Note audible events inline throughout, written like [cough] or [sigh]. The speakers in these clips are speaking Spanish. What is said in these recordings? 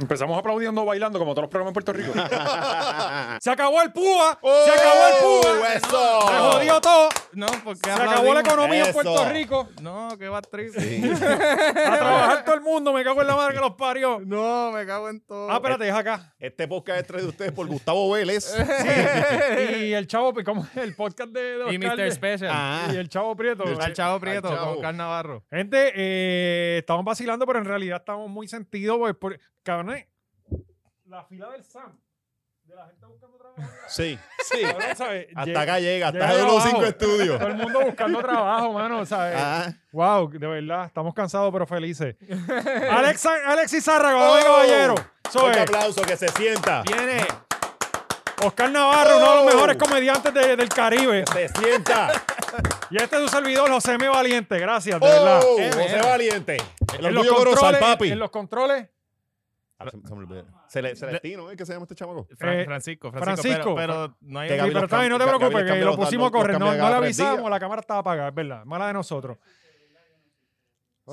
Empezamos aplaudiendo, bailando, como todos los programas en Puerto [laughs] Rico. ¡Se acabó el púa! Oh, ¡Se acabó el púa! ¡Eso! ¡Se jodió todo! No, porque ¡Se acabó la economía en Eso. Puerto Rico! No, qué va triste. ¡A trabajar todo el mundo! ¡Me cago en la madre que los parió! [laughs] No, me cago en todo. Ah, espérate, es acá. Este podcast es traído de ustedes por Gustavo [laughs] Vélez. Y el chavo, pues, ¿cómo es? el podcast de, de y Oscar Mr. de- Special. Ah. Y el chavo Prieto. al Chavo Prieto, Al Chavo. con Carl Navarro. Gente, eh, estamos vacilando, pero en realidad estamos muy sentidos. Pues, por, cabrones, la fila del SAM, de la gente buscando trabajo. Sí, sí. cabrón, ¿sabes? Hasta Llega- acá llega, hasta llega de los abajo. cinco Todo [laughs] estudios. el mundo buscando trabajo, mano, ¿sabes? Ah, Wow, de verdad, estamos cansados pero [laughs] felices. Alexa, Alexis Zárraga, Oh. dame caballero. Soy fuerte aplauso, que se sienta. Viene. Oscar Navarro, uno de los Oh. mejores comediantes de- del Caribe. Se [laughs] sienta. Y este es su servidor, José M. Valiente. Gracias, de verdad. Eh, ¡Oh! En- José Valiente. El en los orgullo corozal, controles- papi. En los controles, Ah, se- se me olvidó. Cele- Celestino, ¿eh? ¿Qué se llama este chamaco? Fran- Eh, Francisco, Francisco. Francisco. Pero, pero no hay. Que Sí, Gaby pero los está bien, no te cambia- preocupes, Gaby los que cambia lo cada- pusimos a los correr. No, cambia no cada le tres avisamos, días. la cámara estaba apagada, es verdad. Mala de nosotros.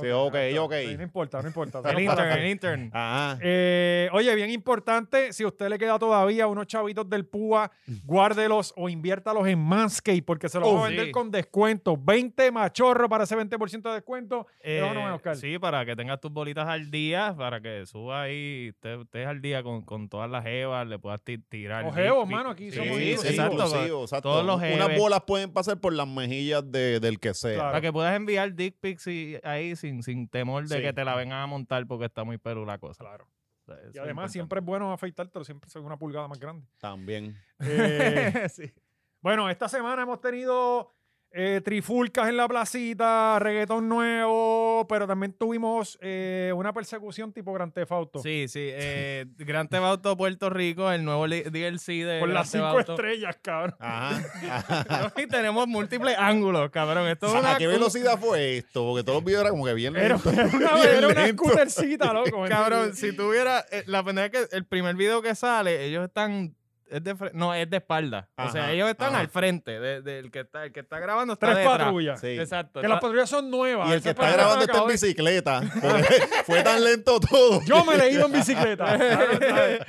Sí, ok, ok. No importa, no [laughs] importa. El intern, el intern. Ah, Eh, oye, bien importante, si a usted le queda todavía unos chavitos del PUA, guárdelos o inviértalos en Manscaped porque se los Mm. Oh, va a vender sí. con descuento. 20 machorro para ese 20% de descuento. Eh, Pero no, Oscar. sí, para que tengas tus bolitas al día, para que suba ahí, estés estés al día con, con todas las jevas, le puedas ti- tirar. O Pi- jevos, pi- mano, aquí Sí, somos sí, inclusivos. exacto, exacto. sí, exacto. todos los Unas jefes. bolas pueden pasar por las mejillas de- del que sea. Claro. Para que puedas enviar dick pics y- ahí sin, sin temor de Sí. que te la vengan a montar porque está muy perú la cosa. Claro. O sea, eso Y es además, siempre es bueno afeitártelo, siempre es una pulgada más [laughs] grande. También. Eh, importante. Sí. Bueno, esta semana hemos tenido eh, trifulcas en la placita, reggaetón nuevo, pero también tuvimos eh, una persecución tipo Gran Theft Auto. Sí, sí. Eh, Gran Theft Auto Puerto Rico, el nuevo li- DLC de Por Gran las Theft cinco Auto. estrellas, cabrón. [laughs] Ajá. [laughs] Y tenemos múltiples ángulos, cabrón. Esto es una... ¿A qué velocidad fue esto? Porque todos los videos eran como que bien Era, [laughs] lento. era una, Bien era una lento. scootercita, loco. Cabrón, ¿entiendes? si tuviera... eh, la pendeja es que el primer video que sale, ellos están... Es de fre- no, es de espalda. o Ajá, sea, ellos están ajá. al frente del de, del que está el que está grabando está Tres detrás. patrullas. Sí. Exacto. Que las [laughs] está- patrullas son nuevas. Y el Esas que está patrullas grabando no está en acabó. [laughs] bicicleta. porque fue tan lento todo. Yo me [laughs] leí en bicicleta. Claro, [laughs] ¿sabes?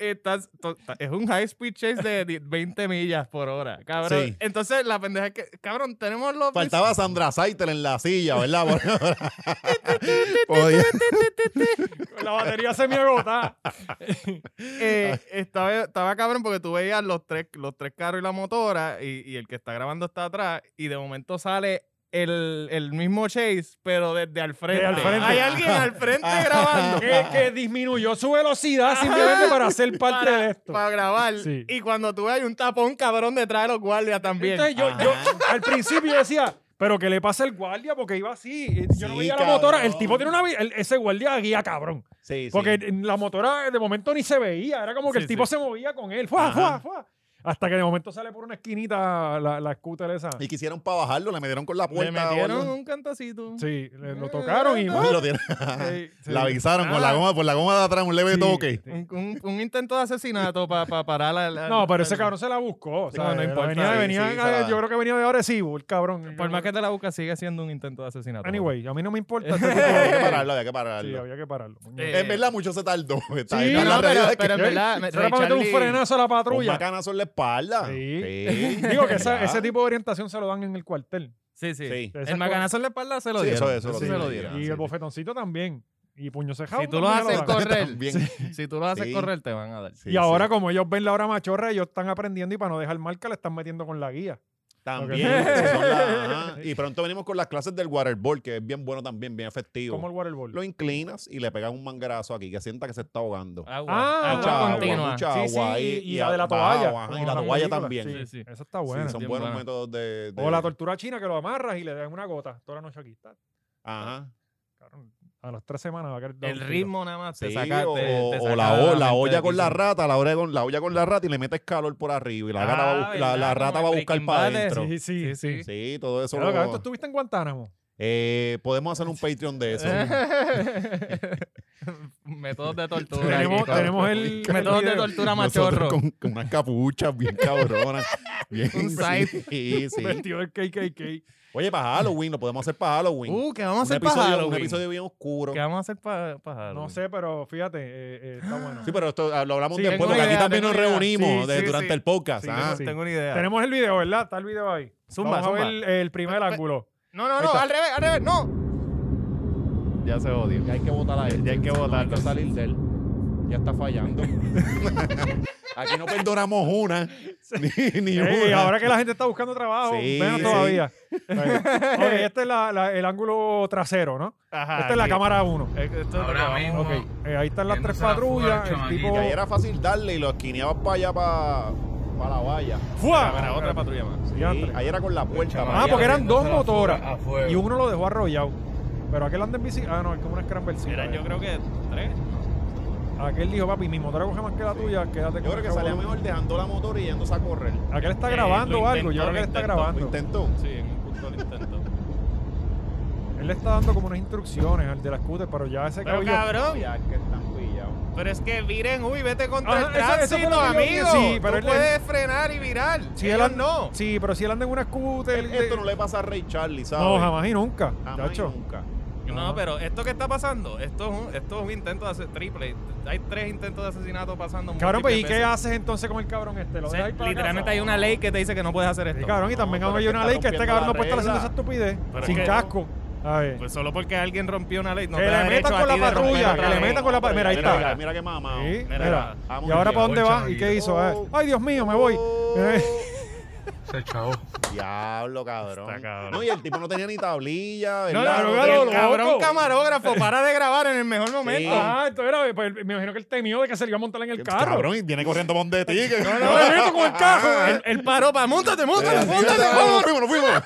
estás- to- ta- es un high speed chase de di- 20 millas por hora, cabrón. Sí. Entonces, la pendeja es que, cabrón, tenemos los Faltaba Sandra Saiter en la silla, ¿verdad? [laughs] Podía- la batería se me agota. Eh, estaba, estaba cabrón porque tú veías los tres, los tres carros y la motora y, y el que está grabando está atrás y de momento sale el, el mismo Chase, pero desde al frente. al frente. Ah. Hay alguien al frente [laughs] grabando Que, que disminuyó su velocidad simplemente para [laughs] ser parte de esto. para grabar. Sí. Y cuando tú ves hay un tapón cabrón detrás de los guardias también. Entonces yo, Ajá. yo al principio yo decía, pero que le pasa al guardia porque iba así. Y Yo no Sí, veía la cabrón. motora. El tipo tiene una vi- el- ese guardia guía cabrón. Sí, sí. Porque en la motora eh, de momento ni se veía. Era como que Sí, el tipo sí. se movía con él. ¡Fua, fua, Ajá. fua! Hasta que de momento sale por una esquinita la, la scooter esa. Y quisieron para bajarlo, le metieron con la Le puerta. o metieron algo. un cantacito. Sí, le- lo tocaron y. Lo tiene- [laughs] Sí, sí. La avisaron con la Ah. goma, por la goma de atrás, un leve Sí. toque. Un, un- un intento de asesinato para parar la, la- No, pero la- ese cabrón se la buscó. o sea, No, no la importa, venía- sí, venía- sí, se la- Yo creo que venía de Arecibo, el cabrón. Por más que te la buscas, sigue siendo un intento de asesinato. Anyway, a mí no me [laughs] importa. este tipo Había que de- pararlo, había que Sí, pararlo. había que pararlo. Eh, En verdad, mucho se tardó. [laughs] Está Sí, ahí, No, la no, pero, realidad es que pero en verdad, me- Se era para meter un Charlie- frenazo a la Un patrulla. macanazo en la espalda. Sí. Sí. Digo que esa- Ya. ese tipo de orientación se lo dan en el cuartel. Sí, sí. Sí. Esa el macanazo en la espalda se lo Sí, dieron. eso- eso lo se lo dieron. dieron. Y sí, el sí. bofetoncito también. Y puño cejado. Si tú lo también haces dan. correr, También. [laughs] Si tú lo haces Sí. correr, te van a dar. Sí, y ahora, sí. como ellos ven la hora machorra, ellos están aprendiendo y para no dejar marca le están metiendo con la guía. También. Ok. que son la- ajá. Y pronto venimos con las clases del waterboard, que es bien bueno también, bien efectivo. Como el waterboard. oh. Lo inclinas y le pegas un mangarazo aquí, que sienta que se está ahogando. Agua. Ah, agua agua, continua. mucha Sí, sí, agua ahí, y, y la de la agua, toalla. agua, ajá, como y la en toalla película. también. Sí, Sí, sí. Esa está Sí, buena. son Bien buenos buena. métodos de, de- o la tortura china que lo amarras y le dan una gota toda la noche aquí. Está, Ajá. cabrón. A las tres semanas va a quedar El down, ritmo nada más. Te Sí, saca, o, te- te o saca la, o- la mente olla de con la quicio. rata, la olla con la, olla con la rata y le metes calor por arriba y la, gata va a Ah, bus- la- la ¿verdad? rata Como va a en buscar Breaking para Bad, adentro. Sí, sí, Sí, sí. sí. Sí, todo eso. Claro, lo- cabrón, ¿Tú estuviste en Guantánamo? [laughs] Eh, podemos hacer un Patreon de eso. Métodos de tortura. Tenemos, Kiko. tenemos el. el Métodos de video. tortura Nosotros machorro. Con, con unas capuchas bien cabronas. bien, [laughs] Un side. Sí, sí. [laughs] Vestido del KKK. Oye, para Halloween, lo podemos hacer para Halloween. Uh, ¿qué vamos a un, hacer episodio, para un Halloween? episodio bien oscuro. ¿Qué vamos a hacer para Halloween? No sé, pero fíjate, eh, eh, está bueno. Sí, pero esto ah, lo hablamos Sí, después, tengo porque una aquí idea, también tengo nos una idea. reunimos Sí, de- sí, durante sí. el podcast. Sí, ah. tengo- tengo una idea. Tenemos el video, ¿verdad? Está el video ahí. Zumba, Vamos a zumba. ver el, el primer Pe- pe- ángulo. No, no, Ahí no, está. al revés, al revés, no. Ya se odio. Ya hay que votar a él. Ya hay que votarlo. No hay que salir de él. Ya está [laughs] fallando. Aquí no perdonamos una. Ni, ni Ey, una. [laughs] ahora que la gente está buscando trabajo, Sí, menos sí. [laughs] todavía. ok, este es la- la- el ángulo trasero, ¿no? Ajá. Esta es la aquí. cámara 1. Eh, Esto es lo Ahora que vamos. mismo. Ok, eh, ahí están las Viendo tres esa patrullas. fuga, El tipo. Y ahí era fácil darle y lo esquineabas para allá, para, la valla. ¡Fua! Cámara, otra patrulla más. Sí, Diantre. ahí era con la puerta. Ah, para porque allá. eran dos Abriéndose la motoras. fuga a fuego. Y uno lo dejó arrollado. Pero aquel anda en bici. Ah, no, es como una scramblecita. Eran, yo creo que tres. Aquel dijo, papi, mi motora coge más que la tuya, quédate con Yo creo que el salía cabrón". mejor dejando la motora y yéndose a correr. Aquel está Eh, grabando lo algo, yo creo intentó, que él está lo Lo grabando. intentó. Sí, en un punto lo intento. Él le está dando como unas instrucciones al de la scooter, pero ya ese Pero cabrón. cabrón, Ya, es que están pillados. pero es que viren, uy, vete contra Ajá, el eso- eso fue tránsito, lo que yo dije, amigo. sí, pero Tú él- puedes frenar y virar. Si Ellos él an- no. Sí, pero si él anda en una scooter. de- Esto no le pasa a Ray Charlie, ¿sabes? No, jamás y nunca, Jamás y chacho. nunca. No, pero esto que está pasando, esto es un, esto es un intento de hacer triple. Hay tres intentos de asesinato pasando. Cabrón, pues, ¿y múltiples qué veces. haces entonces con el cabrón este? ¿Lo O sea, dejas ir para la literalmente casa? hay una ley que te dice que no puedes hacer esto. Sí, cabrón, y también No, pero hay es una que ley está que este rompiendo cabrón no la puede estar haciendo esa regla. estupidez. Pero sin es que- casco. A ver. Pues solo porque alguien rompió una ley. No Que te le da metan derecho a con ti la de romper patrulla, otra que le ley. metan con la pa- mira, ahí está. Mira, mira qué mamá. Sí, mira, mira. vamos ¿Y ahora bien. para dónde Voy, va? ¿Y chavalito. qué hizo? A Oh. ver. Ay, Dios mío, me voy. Mira, Se chavó. Diablo, cabrón. Está cabrón. No, y el tipo no tenía ni tablilla, ¿verdad? No, no, no, Claro, claro, el lo cabrón loco. camarógrafo para de grabar en el mejor momento. Ah, entonces era, pues, me imagino que él temió de que se le iba a montar en el carro. Cabrón, y viene corriendo por donde ti. que- No, no, me meto con el [laughs] carro. Él, él paró para, montate, montate, Así, montate. ah, vamos". nos fuimos, nos fuimos.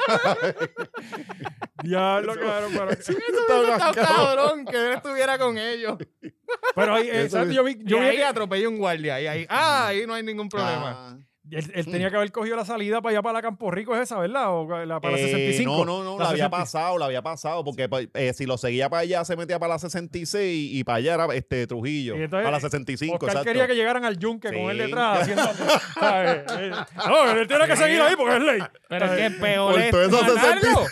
Diablo, cabrón. Pero, Eso Está está blanqueado. cabrón que él estuviera con ellos. pero ahí, eh, Eso ¿sabes? es- yo vi, yo y vi ahí que atropellé un guardia. Y ahí, ah, ahí no hay ningún problema. Ah. él, él tenía que haber cogido la salida para allá para la Campo Rico, es esa, ¿verdad? O la, para la Eh, 65. No, no, no, la, había 60. pasado, la había pasado, porque pues, eh, si lo seguía para allá, se metía para la 66 y, y para allá era este, Trujillo. Y entonces, para la 65, Oscar exacto. quería que llegaran al yunque con Sí. él detrás haciendo. [laughs] ¿sabes? Eh, No, él tiene que seguir ahí porque es ley. Pero es que peor Por es todo eso se matarlo. sentí-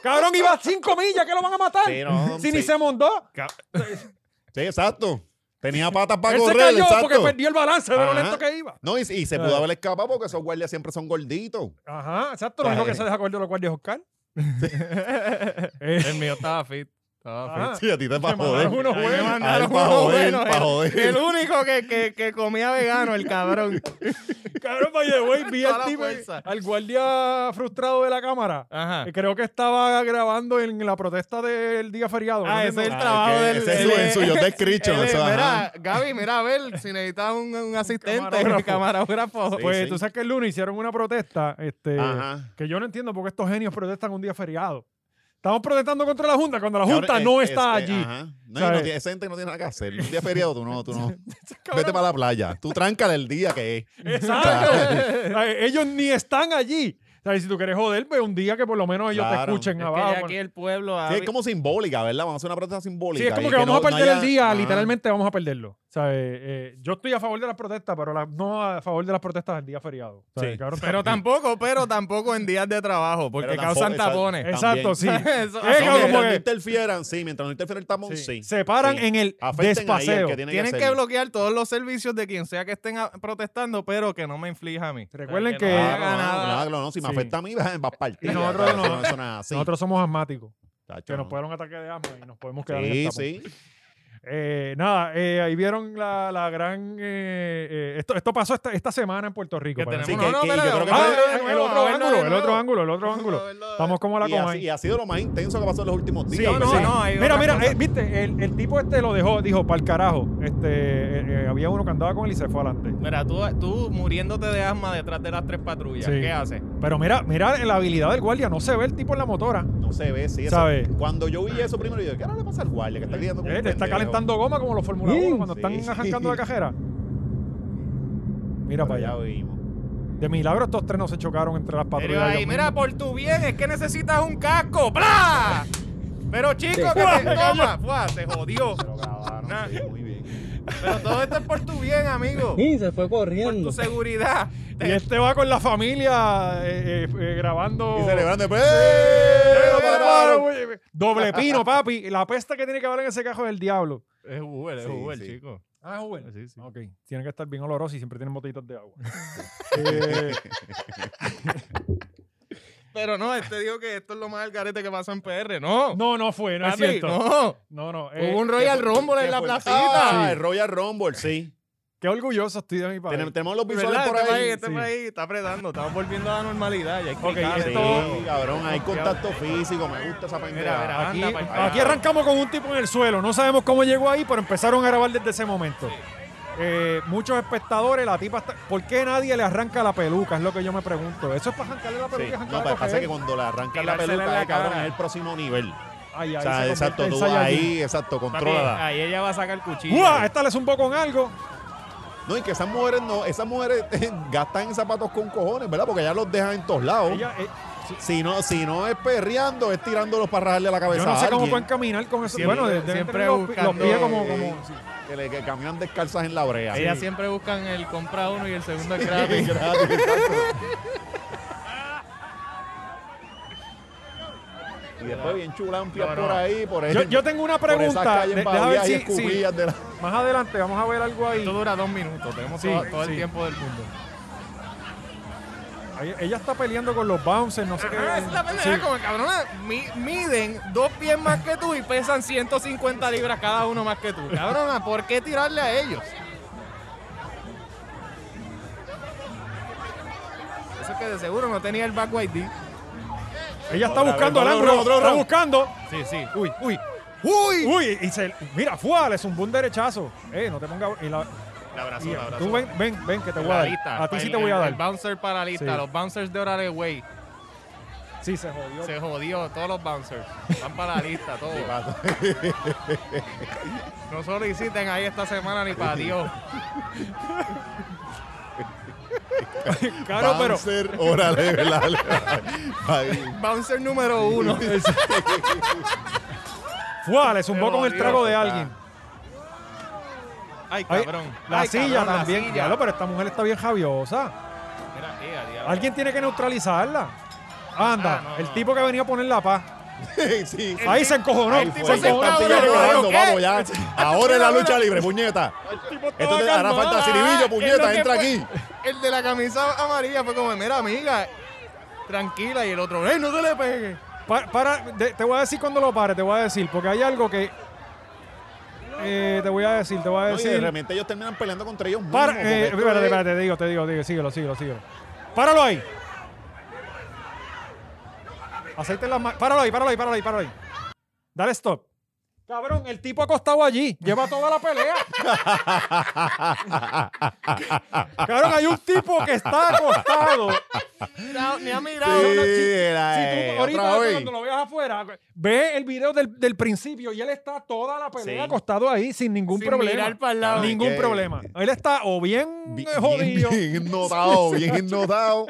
Cabrón, iba a 5 millas, ¿qué lo van a matar? Sí, no, si ni sí. se montó. Sí, exacto. Tenía patas para él se correr, cayó exacto. porque perdió el balance de lo Ajá. lento que iba. No, y, y se pudo haber escapado porque esos guardias siempre son gorditos. Ajá, exacto. Lo Ajá. único que se desacuerdo de los guardias [laughs] Oscar. [laughs] Ah. Eh, El mío estaba fit. Estaba fit. Ajá. Sí, a ti te Se para joder. mandaron unos Ahí me buenos. mandaron Ay, pa' uno joder, bueno, pa' el- joder. El único que, que, que comía vegano, el cabrón. Cabrón, by the way, vi al Toda la tipo, fuerza. al guardia frustrado de la cámara. [laughs] Ajá. que Eh, Creo que estaba grabando en la protesta del día feriado. Ah, ¿no? ese es el Ah, trabajo que del... ese es él su- en su- yo [laughs] te él escricho, es- eso, ajá. Mira, Gaby, mira, a ver si necesitas un, un asistente, camarógrafo. un camarógrafo. Sí. Pues tú sabes que el lunes hicieron una protesta, este, Ajá. que yo no entiendo por qué estos genios protestan un día feriado. Estamos protestando contra la Junta cuando la Junta Cabrón, no es- está es que- allí. ajá. No, y ¿Sabes? no tiene- esa gente no tiene nada que hacer. Un día feriado, tú no, tú no. [laughs] Cabrón. Vete para la playa. Tú tráncale el día que es. [laughs] Exacto. O sea, Ellos ni están allí. O sea, y si tú quieres joder, ve un día que por lo menos ellos te Claro. escuchen Es que abajo. ya aquí bueno. el pueblo... ha- Sí, es como simbólica, ¿verdad? Vamos a hacer una protesta simbólica. Sí, es como y que vamos no- a no perder haya- el día, Ajá. literalmente vamos a perderlo. O sea, eh, eh, yo estoy a favor de las protestas, pero la- no a favor de las protestas del día feriado. O sea, Sí, cabrón, Pero también- tampoco, pero tampoco en días de trabajo, porque Pero causan tampoco- tapones. exacto. Exacto, [laughs] sí. Eh, [laughs] Eso- Eh, cabrón, así mientras que como no que- interfieran, sí, mientras no interfiera el tapón, sí. Sí. Se paran Sí. en el Afecten ahí al despaseo. que tiene Tienen que hacerlo. bloquear todos los servicios de quien sea que estén a- protestando, pero que no me inflija a mí. Ah, Recuerden O sea, que- no Claro, haga Ah, no, nada. claro, no, si me Sí. afecta a mí, vas a partir. Y nosotros Eso no- eso no es así. Nosotros somos asmáticos, Tacho, que nos no. puede dar un ataque de asma y nos podemos quedar en el Sí, tapón. sí. Eh, nada, eh, ahí vieron la, la gran... eh, eh, esto, esto pasó esta, esta semana en Puerto Rico. Que parece. tenemos Sí, no, no, que- espérate, yo creo que vamos a Ah, fue- el verlo de nuevo, otro a verlo de ángulo, el nuevo. otro ángulo, el otro Vamos a ángulo. verlo de- Estamos como la Y ha, coma ahí. y ha sido lo más intenso que ha pasado en los últimos días. no, ¿verdad? no, hay Mira, otra mira, cosa. eh, viste, el, el tipo este lo dejó, dijo, para el carajo. Este, eh, eh, había uno que andaba con él y se fue adelante. Mira, tú, tú muriéndote de asma detrás de las tres patrullas, Sí. ¿qué haces? Pero mira, mira la habilidad del guardia, no se ve el tipo en la motora. No se ve, sí. eso- ¿Sabes? Cuando yo vi eso primero, yo dije, ¿qué ahora le pasa al guardia? Que está lidiando con Eh, un le está pendejo? calentando goma como los Fórmula Sí. 1 cuando están Sí. arrancando la cajera. Mira Pero para ya allá. vimos. De milagro estos tres no se chocaron entre las Pero patrullas. ahí, ellos mira, mismos. por tu bien, es que necesitas un [laughs] casco, ¡bla! Pero chico, que te toma, Fua, se jodió. Pero grabaron. Ajá. Muy bien. Pero todo esto es por tu bien, amigo. Y se fue Por tu corriendo. seguridad. Y este va con la familia eh, eh, eh, grabando. Y celebrando después. ¡Eh, lo pararon! Doble [laughs] pino, papi. La pesta que tiene que haber en ese cajo del diablo. Es Uber, es Sí, Uber, sí. chico. Ah, Uber. Sí, sí. Ok. Tiene que estar bien oloroso y siempre tienen botellitas de agua. Eh, Pero no, este dijo que esto es lo más al garete que pasó en PR. No. no, no fue, no es papi, cierto. no. No, no. eh, Hubo un Royal ¿Qué fue- Rumble pues, qué en la fue? placita. Ah, el Royal Rumble, sí. Qué orgulloso estoy de mi padre. Tenemos, tenemos los visuales ¿Verdad? por Este país, ahí. este sí. país está apretando. Estamos volviendo a la normalidad. Ya hay que Ok, quitarle esto- todo. Sí, cabrón, hay contacto físico, me gusta esa Mira, mira, pendeja. Aquí, anda, pa'l aquí carajo. arrancamos con un tipo en el suelo. No sabemos cómo llegó ahí, pero empezaron a grabar desde ese momento. Eh, muchos espectadores, la tipa está. ¿Por qué nadie le arranca la peluca? Es lo que yo me pregunto. Eso es para arrancarle la peluca. y Sí. arrancarle No, la pero pasa piel? que cuando le arrancan la Tirársela en peluca, la eh, cabrón, cara. es el próximo nivel. Ay, O ahí sea, se convierte exacto, en tú Saiyajin. ahí, exacto, Papi, controla. ah. Ahí ella va a sacar el cuchillo. ¡Uah! Esta le zumbó con algo. No, y que esas mujeres no, esas mujeres [laughs] gastan en zapatos con cojones, ¿verdad? Porque ya los dejan en todos lados. Ella, eh, Si no, si no es perreando, es tirándolos para rajarle la cabeza yo no sé a cómo Pues alguien. pueden caminar con eso. Siempre- bueno, de- deben siempre tener los, pi- los buscando, pies como. eh, como- que, le, que caminan descalzas en la brea. Ellas siempre buscan el compra uno y el segundo es gratis. Gratis, exacto. y después bien chulampias No, no. por ahí, por Yo, ese- yo tengo una por esas pregunta. calles de- deja ver embadurnadas y si, si- escupidas de la- [laughs] Más adelante vamos a ver algo ahí. Esto dura dos minutos. Tenemos Sí, todo, todo sí. el tiempo del mundo. Ahí- Ella está peleando con los bouncers, no sé Ajá, qué. ah, esa es la pendeja, Sí. como cabrona, mi- miden dos pies más que tú y pesan 150 libras cada uno más que tú. Cabrona, ¿por qué tirarle a ellos? Eso es que de seguro no tenía el back ID. Ella está Otra buscando vez, el otro ángulo, round, otro está round. buscando. Sí, sí. Uy, uy, ¡Uy! uy. Y se, mira, fue, le zumbó un derechazo. Eh, no te pongas. y la- La abrazó, y- la abrazó. tú ven, ven, ven, que te voy a dar. A ti sí te voy a El dar. bouncer para la lista, Sí. los bouncers de Orale Way. Sí, se jodió. Se jodió, todos los bouncers. Van para la lista, todos. Sí, pasa. No soliciten ahí esta semana ni para [laughs] Dios. Claro, Ah, pero. Bouncer, órale, [laughs] velale. Bouncer número uno. Fue, le zumbó Se con el jodió, trago de está. alguien. Ay, Ay, cabrón. la Ay, silla cabrón, la también. silla. Diablo, pero esta mujer está bien javiosa. Mira, eh, a diablo. Alguien tiene que neutralizarla. Anda, Ah, no, el no. tipo que venía a poner la paz. Sí, sí. Ahí se encojonó. Ahí se fue, ahí encojonó. está cabrón, Tilla yo llorando, digo, vamos ¿qué? ya. Ahora es la lucha libre, puñeta. Esto te hará falta Ah, Ciribillo, es lo puñeta, que entra fue. aquí. El de la camisa amarilla fue como, mira, amiga, tranquila. Y el otro, ¡eh, no te le pegues! Pa- para, de- te voy a decir cuando lo pare, te voy a decir, porque hay algo que. eh, te voy a decir, te voy a No, y decir. de repente ellos terminan peleando contra ellos mismos. para, porque eh, esto espérate, es- espérate, te digo, te digo, te digo, síguelo, síguelo, síguelo. Páralo ahí. Aceite en las manos. Páralo ahí, páralo ahí, páralo ahí, páralo ahí. Dale stop. Cabrón, el tipo acostado allí. Lleva toda la [laughs] pelea. Cabrón, hay un tipo que está acostado. Ni ha mirado. Sí, una chi- era, Si eh, tú otra ahorita vez. cuando lo veas afuera, ve el video del, del principio y él está toda la pelea Sí. acostado ahí sin ningún Sin problema. mirar pa'l lado. Ningún Es que- problema. Él está o bien, Bien, eh, jodido. bien notado, bien notado.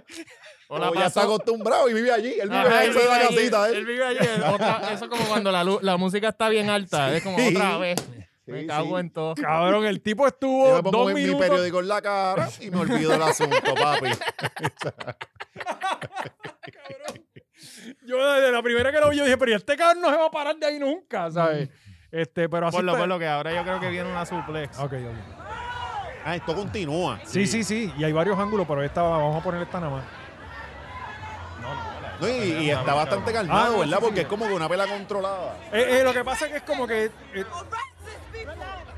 O la O ya está pasó. acostumbrado y vive allí. Él vive Ajá, ahí, él se da la vive allí, casita, él ¿eh? vive allí. [laughs] Otra- Eso es como cuando la, lu- la música está bien alta. Es como Sí. otra vez. Me Sí, cago sí. en todo. Cabrón, el tipo [laughs] Yo estuvo me pongo dos mi- mi minutos. periódico en la cara y me olvido el asunto, papi. Yo desde la primera que lo vi, yo dije, pero ¿y este cabrón no se va a parar de ahí nunca, Mm. ¿sabes? Este, pero así. Por lo, está- por lo que ahora yo creo que viene una suplex. Ok, ok. Ah, esto continúa. Sí, sí, sí. Y hay varios ángulos, pero esta vamos a poner esta nada más. No, y, y está bastante calmado, Ah, no, ¿verdad? sí, sí. Porque es como que una pela controlada. Eh, eh, lo que pasa es que es como que. eh,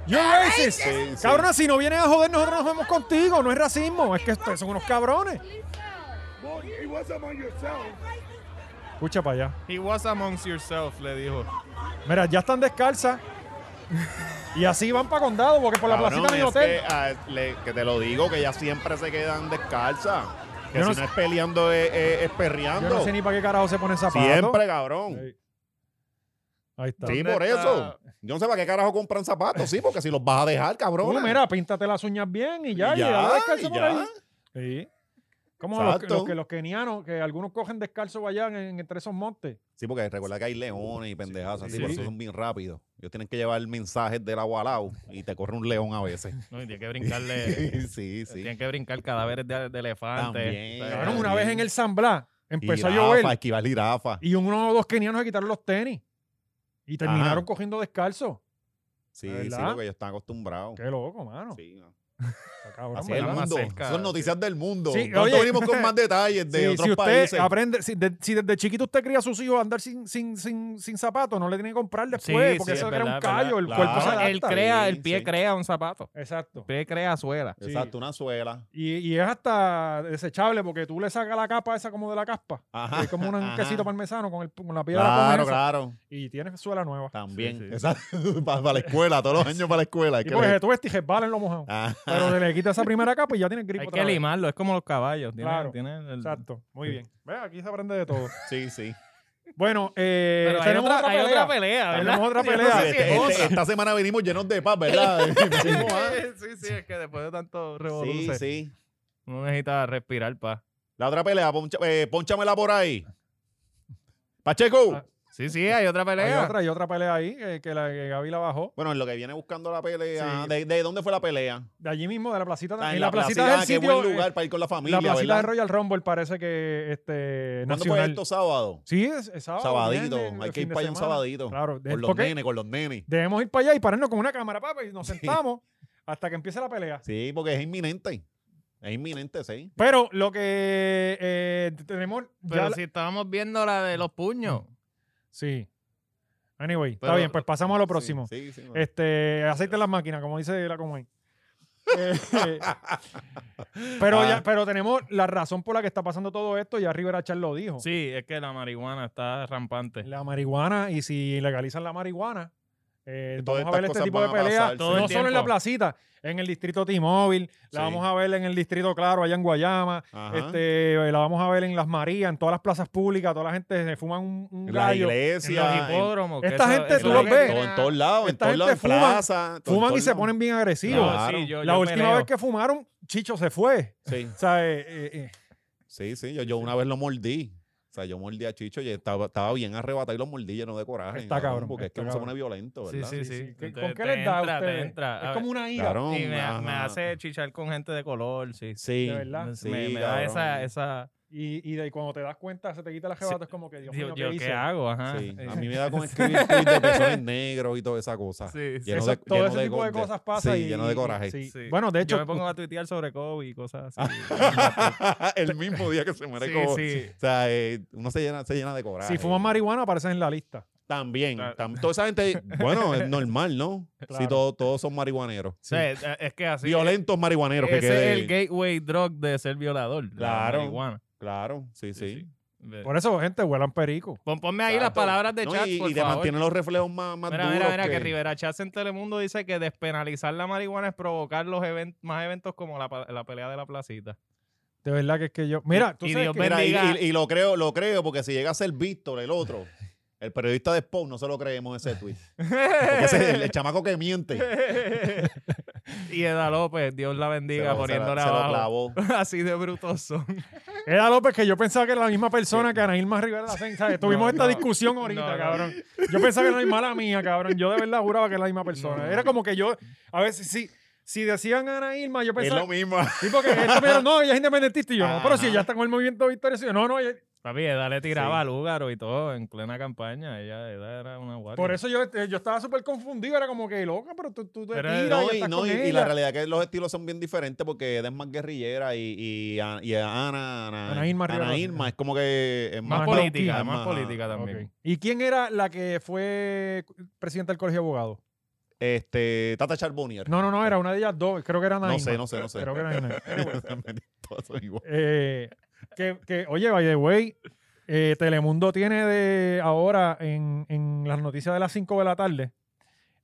You're racist. Sí, sí. Cabrona, si no vienes a joder, nosotros nos vemos contigo. No es racismo, es que ustedes son unos cabrones. Escucha para allá. He was amongst yourself, le dijo. Mira, ya están descalzas. Y así van para condado, porque por la Cabrón, placita de mi es hotel. Que, ah, le- que te lo digo, que ya siempre se quedan descalzas. Que Yo no si no, sé- es peleando, es, es- es Yo perreando. no sé ni para qué carajo se pone zapatos. siempre, cabrón. Ahí. Ahí está. Sí, ¿Dónde por está? eso. Yo no sé para qué carajo compran zapatos, sí, porque si los vas a dejar, Tú, cabrón. mira, píntate las uñas bien y ya. Y y ya, ya, descalza y por ya. ahí. Sí. Como los, que- Exacto. los que los kenianos, que algunos cogen descalzo allá en, en- entre esos montes. Sí, porque recuerda que hay leones y pendejadas así, sí, por sí. eso son bien rápidos. Ellos tienen que llevar mensajes del agua al lado y te corre un león a [laughs] veces. No, y tienen que brincarle. [laughs] sí, sí. Tienen que brincar cadáveres de, de elefantes. También. O sea, Cabrón, sí. una vez en el San Blas empezó a Jirafa, llover esquivar jirafa. y uno o dos kenianos se quitaron los tenis y terminaron Ajá. cogiendo descalzo. Sí, ¿De sí, verdad? porque ellos están acostumbrados. Qué loco, mano. Sí, no. Está cabrón, Así es ¿verdad? el ¿verdad? Más mundo. cerca, Son sí. noticias del mundo. Sí, Pronto oye. venimos [laughs] con más detalles de Sí, otros si usted países. aprende, si, de- si desde chiquito usted cría a sus hijos a andar sin, sin, sin, sin zapatos, no le tiene que comprar después, Sí, porque sí, eso es crea un verdad, callo, el verdad. cuerpo se Claro. no, él adapta. crea, Sí, el pie sí. crea un zapato. Exacto. El pie crea suela. Sí. Exacto, una suela. Y, y es hasta desechable porque tú le sacas la capa esa como de la [laughs] caspa. Ajá, Es como un ajá. quesito parmesano con, el, con la piedra Claro, claro. y tienes suela nueva. También. Sí, sí. Exacto. [laughs] Para, la escuela, todos los años para la escuela. Y hay que porque leer. se tú vestes y resbala en lo mojado. Ah, Pero se le quita esa primera capa y ya tienes grip Hay otra que vez. limarlo, es como los caballos. tiene- Claro. eh, tiene el- Exacto, muy bien. Ve, aquí se aprende de todo. sí, sí. Bueno, eh, Pero hay tenemos otra, otra hay pelea. otra pelea, ¿verdad? Tenemos [laughs] otra Yo [laughs] no pelea. sé si Este- es este- otra. esta semana venimos llenos de paz, [laughs] ¿verdad? [laughs] Venimos, [laughs] ah. sí, sí, es que después de tanto sí, revolución sí. uno necesita respirar pa. La otra pelea, poncha, eh, pónchamela por ahí. Pacheco. Ah. Sí, sí, hay otra Hay pelea. otra, hay otra pelea ahí eh, que la que Gaby la bajó. Bueno, en lo que viene buscando la pelea. Sí. ¿De, de dónde fue la pelea? De allí mismo, de la placita. Ah, en, la, placita, ah, del qué sitio. buen lugar eh, para ir con la familia, la placita de ¿verdad? Royal Rumble parece que este, ¿Cuándo nacional. fue esto? ¿Sábado? Sí, es, es sábado. Sabadito. viernes, Hay que fin ir de para allá un semana. sabadito. Claro, de- Con los porque nenes, con los nenes. debemos ir para allá y pararnos con una cámara, papá, y nos sentamos hasta que empiece la pelea. Sí, porque es inminente. Es inminente, sí. Pero lo que eh, tenemos. Pero ya la- si estábamos viendo la de los puños. sí. Anyway, está Pero- bien, pues pasamos a lo próximo. Sí, sí, sí. Este, aceite en las máquinas, como dice la [laughs] Comay. Eh, pero Ah. ya, pero tenemos la razón por la que está pasando todo esto, ya Rivera Char lo dijo. Sí, es que la marihuana está rampante. La marihuana, y si legalizan la marihuana, eh, Todas vamos a estas ver este cosas tipo de van a pelea. pasar, Todo no el solo en la tiempo. placita, en el distrito T-Mobile, la Sí. vamos a ver en el distrito Claro, allá en Guayama, Ajá. este, eh, la vamos a ver en Las Marías, en todas las plazas públicas, toda la gente se fuma un, un en las gallo. En iglesias, los en- hipódromos. que Esta eso- gente, eso tú es los que ves. todo- tiene- en todos lados, en Esta todos lados, en gente fuman, plaza. todo- en Fuman y todos se lados. ponen bien agresivos. Claro. Sí, yo- la yo última peleo. vez que fumaron, Chicho se fue. Sí, O sea, eh, eh, eh, sí, sí. Yo, yo una vez lo mordí. O sea, yo mordí a Chicho y estaba, estaba bien arrebatado y lo mordí lleno de coraje. Está cabrón, Porque es está que uno se cabrón. pone violento, ¿verdad? Sí, sí, sí, sí. sí. ¿Con Te- eh, qué te les da a entra, te ustedes? entra. A es ver, como una ira. Claro, Y me, ajá. me hace chichar con gente de color, sí. Sí, De verdad. Me- sí, me, me da esa... cabrón. esa Y, y de cuando te das cuenta, se te quita la Sí. jebata, es como que Dios mío, yo, ¿qué yo, hice? ¿qué hago? Ajá. [laughs] Sí, Eh, a mí me da con escribir tweets de personas negros y toda esa cosa. Sí, sí. Lleno Eso- de- todo lleno ese de tipo de gol- de- cosas pasa. sí, y- lleno de y- coraje. sí. Sí. Bueno, de hecho, Yo me [laughs] pongo a tuitear sobre COVID y cosas así. Ah, [laughs] [laughs] el mismo día que se muere Sí, Cobo. sí. O sea, eh, uno se llena, se llena de eh. coraje. si fumas marihuana, apareces en la lista. También. [laughs] Claro. tam- toda esa gente, bueno, [laughs] es normal, ¿no? Claro. Si todo- todos son marihuaneros. Sí, es es que así. Violentos marihuaneros Ese que quede. es el gateway drug de ser violador. la Claro. marihuana. Claro, sí, sí. Sí, Ve. Por eso, gente, huelan perico. Pon- ponme ahí las Exacto. palabras de No, chat, y, por y te favor. mantiene los reflejos más, más Mira, duros. mira, mira, que... Rivera Chats en Telemundo dice que despenalizar la marihuana es provocar los even- más eventos como la, pa- la pelea de la placita. De verdad que es que yo. Mira, tú y sabes Dios que- bendiga. Mira, y, y- y lo creo, lo creo, porque si llega a ser Víctor, el otro, el periodista de Spawn, no se lo creemos ese tweet. Porque ese es el, [laughs] el chamaco que miente. y Eda López, Dios la Se bendiga, lo- se lo, poniéndola se lo abajo. clavó. [laughs] Así de brutoso. Era López, que yo pensaba que era la misma persona que Ana Irma Rivera la [laughs] Sensa. Tuvimos No, esta no. discusión ahorita, No, no. cabrón. Yo pensaba que era la misma la mía, cabrón. Yo de verdad juraba que era la misma persona. No, no. Era como que yo, a veces, si, si decían Ana Irma, yo Es pensaba. lo mismo. Sí, porque esto me dijeron, no, ella es independentista. Y yo, no, pero si Ajá. ella está con el movimiento Victoria Ciudadana. No, no, ella- Papi, Eda le tiraba Sí. al húgaro y todo en plena campaña. Ella, Eda era una guardia. Por eso yo, eh, yo estaba súper confundido. Era como que loca, pero tú, tú te Pero tiras y, No, y, estás no, con y- ella. y la realidad es que los estilos son bien diferentes porque Eda es más guerrillera y, y, a- y a Ana, Ana, Ana Irma Rivera. Irma es como que es Más más, Más política, low-key, más ajá. política Ok. también. ¿Y quién era la que fue presidenta del Colegio de Abogados? Este, Tata Charbonnier. No, no, no, era una de ellas dos. Creo que era Ana No sé, Irma. no sé, no sé. [laughs] Creo que era Ana. Anyway, Todos son iguales. eh, que, que, oye, by the way, eh, Telemundo tiene de ahora en, en las noticias de las 5 de la tarde,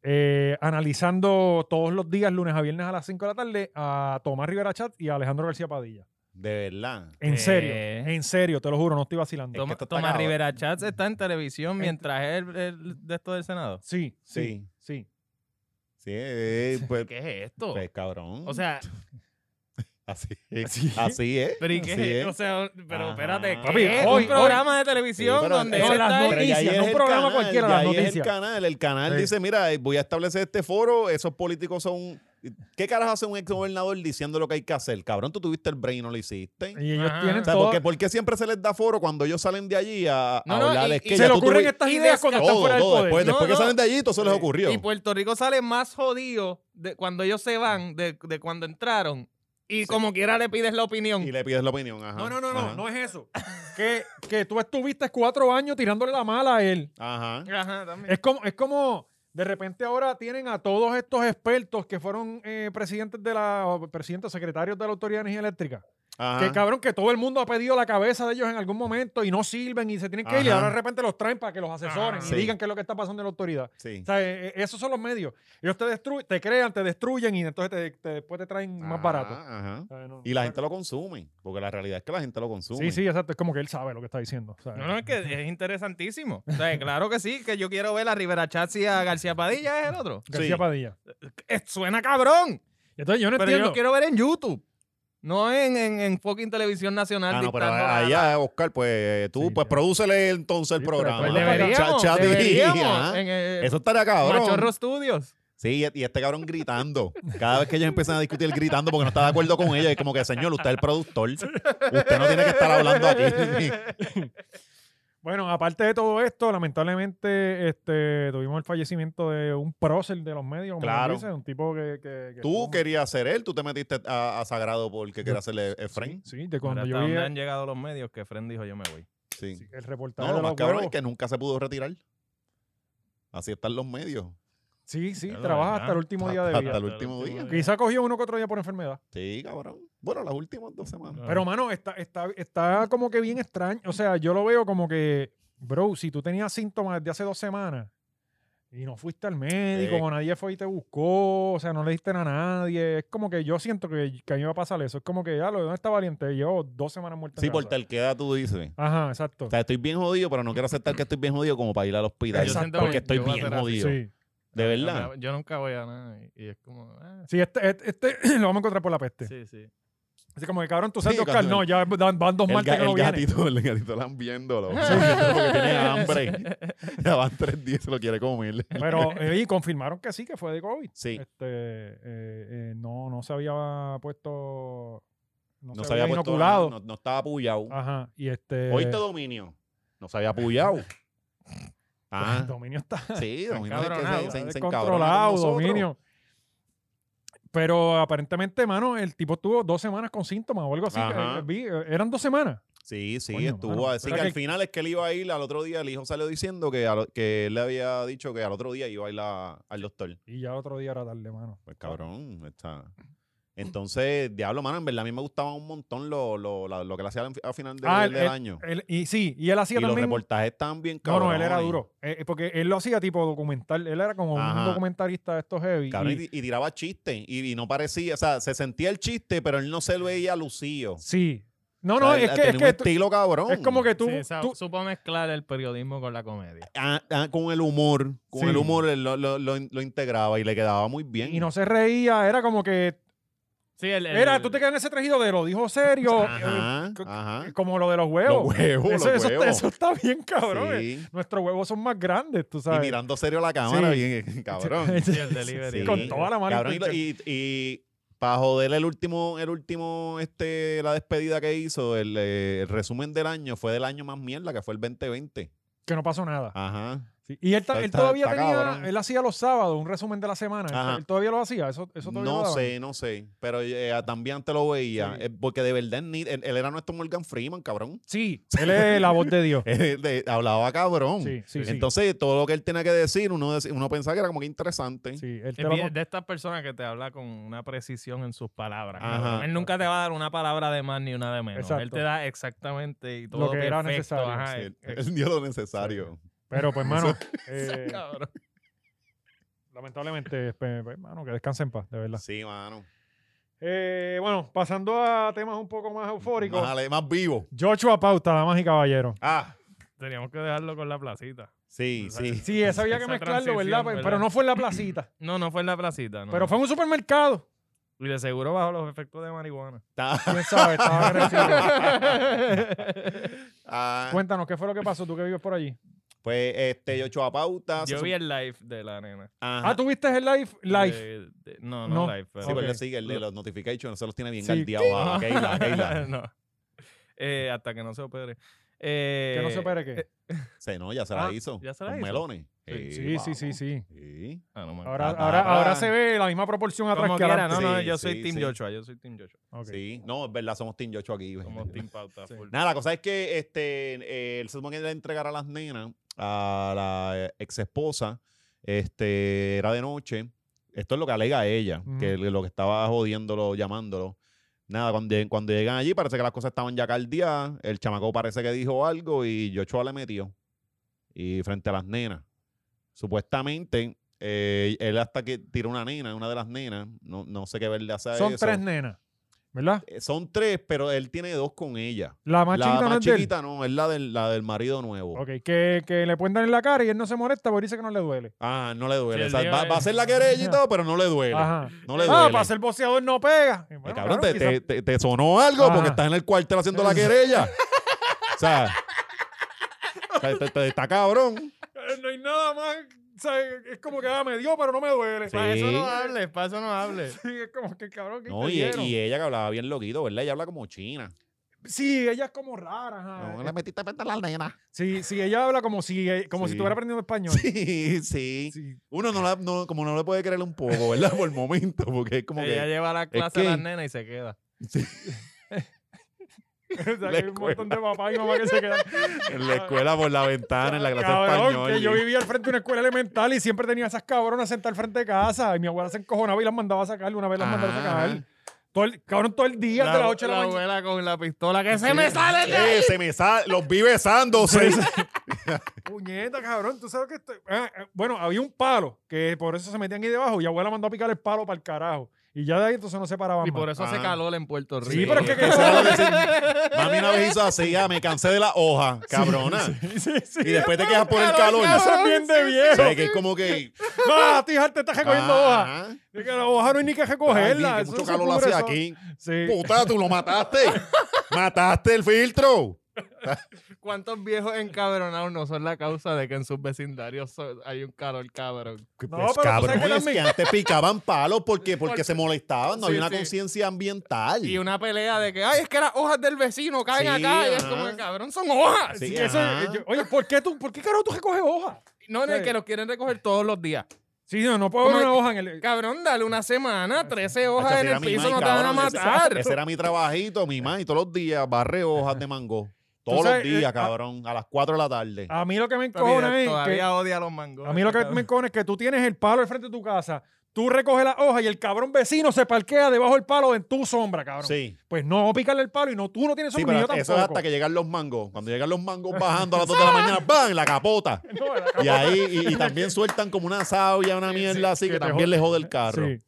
eh, analizando todos los días, lunes a viernes a las 5 de la tarde, a Tomás Rivera Chat y a Alejandro García Padilla. De verdad. En Eh. serio, en serio, te lo juro, no estoy vacilando. Toma- esto está Tomás cabrón. Rivera Chats está en Eh. televisión mientras él, él de esto del Senado. Sí, sí, Sí. sí. Sí, eh, pues, [laughs] ¿Qué es esto? pues, cabrón. O sea, Así, Así. así es. Pero ¿y qué? e-? así es. O sea, pero Ajá. espérate, eh. Papi, ¿qué? hoy- un programa de televisión Sí, pero- donde No, las él está ahí. Pero ya noticias, ahí no es un el programa canal, cualquiera, ya las ahí es noticias. el canal, el canal Sí. dice, mira, eh, voy a establecer este foro, esos políticos son... ¿Qué caras hace un ex gobernador diciendo lo que hay que hacer? Cabrón, tú tuviste el brain y no lo hiciste. Y ellos Ajá. tienen O sea, todo. porque, ¿por qué siempre se les da foro cuando ellos salen de allí a, a No, no, hablarles y- que y se ya le tú ocurren tuviste- estas y ideas cuando están todo, fuera del todo, poder. Después, No, después no. que salen de allí, todo se les ocurrió. pues, Y Puerto Rico sale más jodido de cuando ellos se van, de, de cuando entraron. Y como quiera le pides la opinión. Y le pides la opinión. Ajá, No, no, no, no, ajá, no es eso. Que, que tú estuviste cuatro años tirándole la mala a él. Ajá. Ajá, también. Es como, es como de repente ahora tienen a todos estos expertos que fueron eh, presidentes de la, o presidentes, secretarios de la Autoridad de Energía Eléctrica. ajá. Que cabrón, que todo el mundo ha pedido la cabeza de ellos en algún momento y no sirven y se tienen que ir y Ajá. ahora de repente los traen para que los asesoren Ajá. y Sí. digan qué es lo que está pasando en la autoridad. Sí. O sea, eh, eh, esos son los medios. Ellos te destruyen, te crean, te destruyen y entonces te, te- después te traen más Ajá, barato. ajá. O sea, no- Ah. Y la gente lo consume. Porque la realidad es que la gente lo Sí, consume. sí, exacto. Es como que él sabe lo que está diciendo. o Ah, sea, No, no, es que es interesantísimo. O sea, claro que sí, que yo quiero ver a Rivera Chatz y a García Padilla, es el otro. García sí. Padilla. Eh, suena cabrón, Entonces yo no pero yo entiendo. lo quiero ver en YouTube. No en, en, en fucking televisión nacional. Ah, no, pero dictando a- allá, eh, Oscar, pues eh, tú, Sí, pues ya. prodúcele entonces el Sí, pero programa. pues Deberíamos, Cha- chat y- deberíamos. [laughs] ajá. en, eh, Eso estaría cabrón. Machorro Studios. Sí, y- y este cabrón gritando. Cada vez que ellos empiezan a discutir, él gritando porque no está de acuerdo con ella. Es como que, señor, usted es el productor. Usted no tiene que estar hablando aquí. [laughs] [laughs] Bueno, aparte de todo esto, lamentablemente este, tuvimos el fallecimiento de un prócer de los medios, como Claro. dice, un tipo que... que- que Tú estuvo- querías ser él, tú te metiste a, a Sagrado porque querías hacerle eh, Efraín. Sí, de cuando Mira, yo hasta vi donde el, han llegado los medios que Fren dijo yo me voy. Sí. el reportaje No, de lo más los cabrón es huevos. que nunca se pudo retirar. Así están los medios. Sí, sí, Ya lo trabaja verdad. hasta el último día de Hasta vida. el último día. Quizá cogió uno que otro día por enfermedad. Sí, cabrón. Bueno, las últimas dos semanas. Ah. Pero, mano, está, está, está como que bien extraño. O sea, yo lo veo como que, bro, si tú tenías síntomas desde hace dos semanas y no fuiste al médico, Sí. o nadie fue y te buscó, o sea, no le diste a nadie, es como que yo siento que, que a mí me va a pasar eso. Es como que, ya, lo de dónde está valiente, llevo dos semanas muerto. en Sí, casa. por tal queda tú dices. Ajá, exacto. O sea, estoy bien jodido, pero no quiero aceptar que estoy bien jodido como para ir al hospital. Yo siento Porque que estoy yo voy a bien hacer así. jodido. Sí. De verdad. Yo, yo nunca voy a nada y, y es como... ah, Sí, este, este, este [clears throat] lo vamos a encontrar por la peste. sí, sí. Así como que, cabrón, tú sabes, Sí, que Oscar, cabrón. no, ya van, van dos El, martes ga- que no el viene. gatito, el gatito [laughs] lambiéndolo. porque tiene hambre. [laughs] Ya van tres días, se lo quiere comer. [laughs] Pero, eh, y confirmaron que sí, que fue de COVID. Sí. este, eh, eh, no, no se había puesto. No, No se había puesto inoculado. No, no estaba apoyado. Ah, Ajá. Y eh. este. ¿Oíste dominio? No se había [laughs] apoyado. pues, Ah, Dominio está sí, dominio es que se, encabronado. se, se encabrona controlado, con nosotros. dominio. Pero aparentemente, mano, el tipo tuvo dos semanas con síntomas o algo así. Ajá. eh, vi, eh, eran dos semanas. Sí, sí, Coño, estuvo. mano, así pero que que- al final es que él iba a ir al otro día. El hijo salió diciendo que, al- que él le había dicho que al otro día iba a ir a- al doctor. Y ya otro día era tarde, mano. Pues cabrón, está. Entonces, diablo, mano, en verdad a mí me gustaba un montón lo, lo, la- lo que le hacía al fi- al final de- Ah, el- del el- año. Él- y sí, y él Y hacía los también. reportajes estaban bien No, cabrones. no, él era duro. Eh, eh, porque él lo hacía tipo documental. Él era como Ajá. un documentalista de estos heavy. Cabrón, y- y, y tiraba chistes. Y, y no parecía, o sea, se sentía el chiste, pero él no se lo veía lucido. sí. No, O no, sea, es él que, es, tenía que un tú- estilo cabrón. es como que tú, Sí, sa- tú- supo mezclar el periodismo con la comedia. Ah, ah, con el humor, con Sí. el humor él lo, lo- lo- lo integraba y le quedaba muy bien. y no se reía, era como que Sí, el, el- era tú te quedas en ese trejido de lo dijo serio, eh, Ajá, co- ajá. como lo de los huevos. Los huevos, eso, los eso está- huevos. eso está bien cabrón. eh. Sí. Nuestros huevos son más grandes, tú Y sabes. mirando serio la cámara, Sí. [laughs] bien, cabrón. Sí, el delivery. Sí. Con toda la mala Cabrón, y, lo- y, para joder el último, el último, este, la despedida que hizo, el, eh, el resumen del año fue del año más mierda, que fue el 2020. que no pasó nada. Ajá. Sí. Y él, ta- Ah. está- él está- todavía está tenía, cabrón. él hacía los sábados un resumen de la semana. Ajá. Él, todavía lo hacía, eso, eso todavía lo No daban. sé, no sé. Pero eh, también te lo veía. Sí. eh, porque de verdad él, ni- él- él era nuestro Morgan Freeman, cabrón. [laughs] Sí, él es la voz de Dios. Él, eh, hablaba cabrón. Sí, sí, sí. Entonces, todo lo que él tenía que decir, uno, dec- uno pensaba que era como que interesante. Sí, él te Es lo- bien- de estas personas que te habla con una precisión en sus palabras. Ajá. cabrón. Él nunca te va a dar una palabra de más ni una de menos. Él Exacto. te da exactamente y todo Lo que era perfecto, necesario, ajá, Sí, e- él, él dio lo necesario. Pero pues, mano, [laughs] eh, exacto, [laughs] cabrón. lamentablemente, pues, pues, mano, que descanse en paz, de verdad. Sí, mano. Eh, bueno, pasando a temas un poco más eufóricos. Más, ale- más vivo. Joshua Pauta, damas y caballeros. Ah, Teníamos que dejarlo con la placita. sí, Exacto. sí. Sí, eso había que Esa mezclarlo, transición, ¿verdad? Pero- ¿verdad? Pero no fue en la placita. [clears throat] No, no fue en la placita. no. Pero fue en un supermercado. Y de seguro bajo los efectos de marihuana. [laughs] Está- ¿Quién sabe? [laughs] Estaba agresivo. [laughs] ah, Cuéntanos, ¿qué fue lo que pasó? ¿Tú que vives por allí? pues este, yo a pauta. se Yo vi sup- el live de la nena. Ajá. Ah, ¿tuviste el live? Live. De- de- no, No. no, live. Sí, Pero... ok. [laughs] pero él le sigue, el de los notifications, se los tiene bien Sí. galdeados a No. Keila, a Keila. [laughs] No. Eh, hasta que no se opere. Que no se Eh, opere qué. Sí, no, ya se la Ah, hizo. ¿ya se la con hizo? melones. Sí, sí, sí, sí, sí. Sí. ah, no, man. Ahora, Ah, ahora, para- ahora se ve la misma proporción atrás Como que quiera, no, adelante. no, Sí, yo soy sí, Team sí. Joshua, yo soy Team Joshua. Ok. Sí. No, es verdad, somos Team Yocho aquí. güey. [laughs] Como Team Pauta. full. Nada, la cosa es que este, eh, él se supone que le entregará a las nenas a la eh, ex esposa. Este, era de noche. Esto es lo que alega ella, Ujú. que lo que estaba jodiéndolo, llamándolo. Nada, cuando, lleg- cuando llegan allí parece que las cosas estaban ya caldeadas. El chamaco parece que dijo algo y Yochoa le metió. Y frente a las nenas. Supuestamente, eh, él hasta que tiró una nena, una de las nenas. No, no sé qué verle hace a Son eso. tres nenas, ¿verdad? Eh, Son tres, pero él tiene dos con ella La más la chiquita no más es de él. chiquita no, es la del, la del marido nuevo. Ok, que, que le pueden dar en la cara y él no se molesta porque dice que no le duele. Ah, no le duele. Sí, O sea, el va, mío va a es- ser la querella y todo, pero no le duele. Ajá. No le duele. Ah, para ser boceador no pega. Y bueno, Eh, cabrón, claro, te, quizás- te- te- te sonó algo porque Ajá. estás en el cuartel haciendo [laughs] la querella. o sea, te- te- te- está cabrón. Eh, No hay nada más. o sea, Es como que ah, me dio, pero no me duele. Sí. Para eso no hables, para eso no hables. Sí, es como que cabrón. ¿qué No, te y, dieron? y ella que hablaba bien loquito, ¿verdad? Ella habla como china. Sí, ella es como rara. ajá. No le metiste frente a la nena. Sí, sí, ella habla como si, eh, como si Sí. estuviera aprendiendo español. Sí, sí. Sí. [laughs] Uno no, la, no- como no le puede creer un poco, ¿verdad? Por el momento, porque es como Ella que. lleva la clase que- a las nenas y se queda. O sea, La que hay un escuela. montón de papás y mamás que se [laughs] quedan. Ah, En la escuela, por la ventana, en la clase Cabrón, española. que yo vivía al frente de una escuela elemental y siempre tenía esas cabronas sentadas al frente de casa. Y mi abuela se encojonaba y las mandaba a sacar. Una vez las mandaba a Ajá. sacar. Todo el, cabrón, todo el día, de las 8 de la, mañana. abuela con la pistola que se me sale de Eh, se me sale, los vi besándose. Puñeta, cabrón, tú sabes que estoy- Ah, ah, bueno, había un palo que por eso se metían ahí debajo y abuela mandó a picar el palo para el carajo. Y ya de ahí entonces no se paraban Y más. por eso Ah. se caló en Puerto Rico. Sí, pero [laughs] es que, [laughs] Eso era [laughs] lo que se- Mami una vez hizo así, ya me cansé de la hoja, cabrona. sí, sí. Y después te quedas por el calor. Eso es bien de O viejo. sea, que es como que. Ah, ti hija, te estás recogiendo hoja. Ajá. Es que la hoja no hay ni que recogerla. Ay, eso Ah. que mucho se calor pudre, hace eso- aquí. Sí. Puta, tú lo mataste. mataste el filtro. ¿Cuántos viejos encabronados no son la causa de que en sus vecindarios so- hay un calor cabrón? No, Pues, pero tú sabes cabrón, que es que también- antes picaban palos porque, porque Por- se molestaban, no Sí, había una sí. conciencia ambiental. Y una pelea de que, ay, es que las hojas del vecino caen Sí, acá. Y es ajá. como, cabrón, son hojas. Sí, Sí, eso- ajá. yo- oye, ¿por qué tú, por qué carajo tú recoges hoja? No, en Sí. el que los quieren recoger todos los días. Sí, no, no puedo ver Como- una hoja en el. Cabrón, dale una semana, 13 Hacho, hojas ese en era el mi piso, mai, no te van a cabrón, ese- matar. Ese era mi trabajito, mi ma, y todos los días barre hojas de mango. Todos sabes, los eh, Ah, días, a- cabrón, a las 4 de la tarde. A mí lo que me encojona Todavía, es que todavía odia los mangos. A mí lo que me encona es que tú tienes el palo al frente de tu casa, tú recoges la hoja y el cabrón vecino se parquea debajo del palo en tu sombra, cabrón. Sí. Pues no, pícale el palo y no, tú no tienes Sí, sombra ni yo pero eso es tampoco. hasta que llegan los mangos. Cuando llegan los mangos bajando a las 2 de la mañana, ¡bam! La capota. [laughs] No, la [laughs] Y ahí, y, y también sueltan como una savia, una mierda así, que, que te también le jode el carro. [laughs] Sí.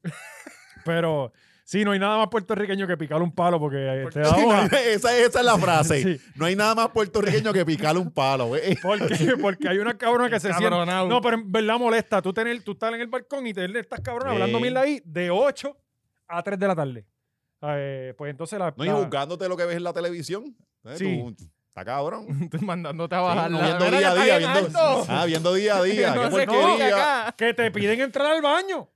Pero sí, no hay nada más puertorriqueño que picarle un palo porque eh, te da [laughs] Sí, no, hoja. esa, esa es la frase. Sí. No hay nada más puertorriqueño que picarle un palo. eh. Porque, porque hay una cabrona que se sienta. Cabronao. No, pero en verdad molesta. Tú, tener, tú estás en el balcón y te estás cabrón Sí. hablando mil ahí de 8 a 3 de la tarde. Eh, pues entonces la. No, y la- buscándote lo que ves en la televisión. Eh, Sí. tú- está cabrón. Estoy mandándote a Sí, bajar no, la viendo Mira día a que día, está bien viendo, alto. ah, viendo día a día. No qué sé qué porquería. dice acá. que te piden entrar al baño.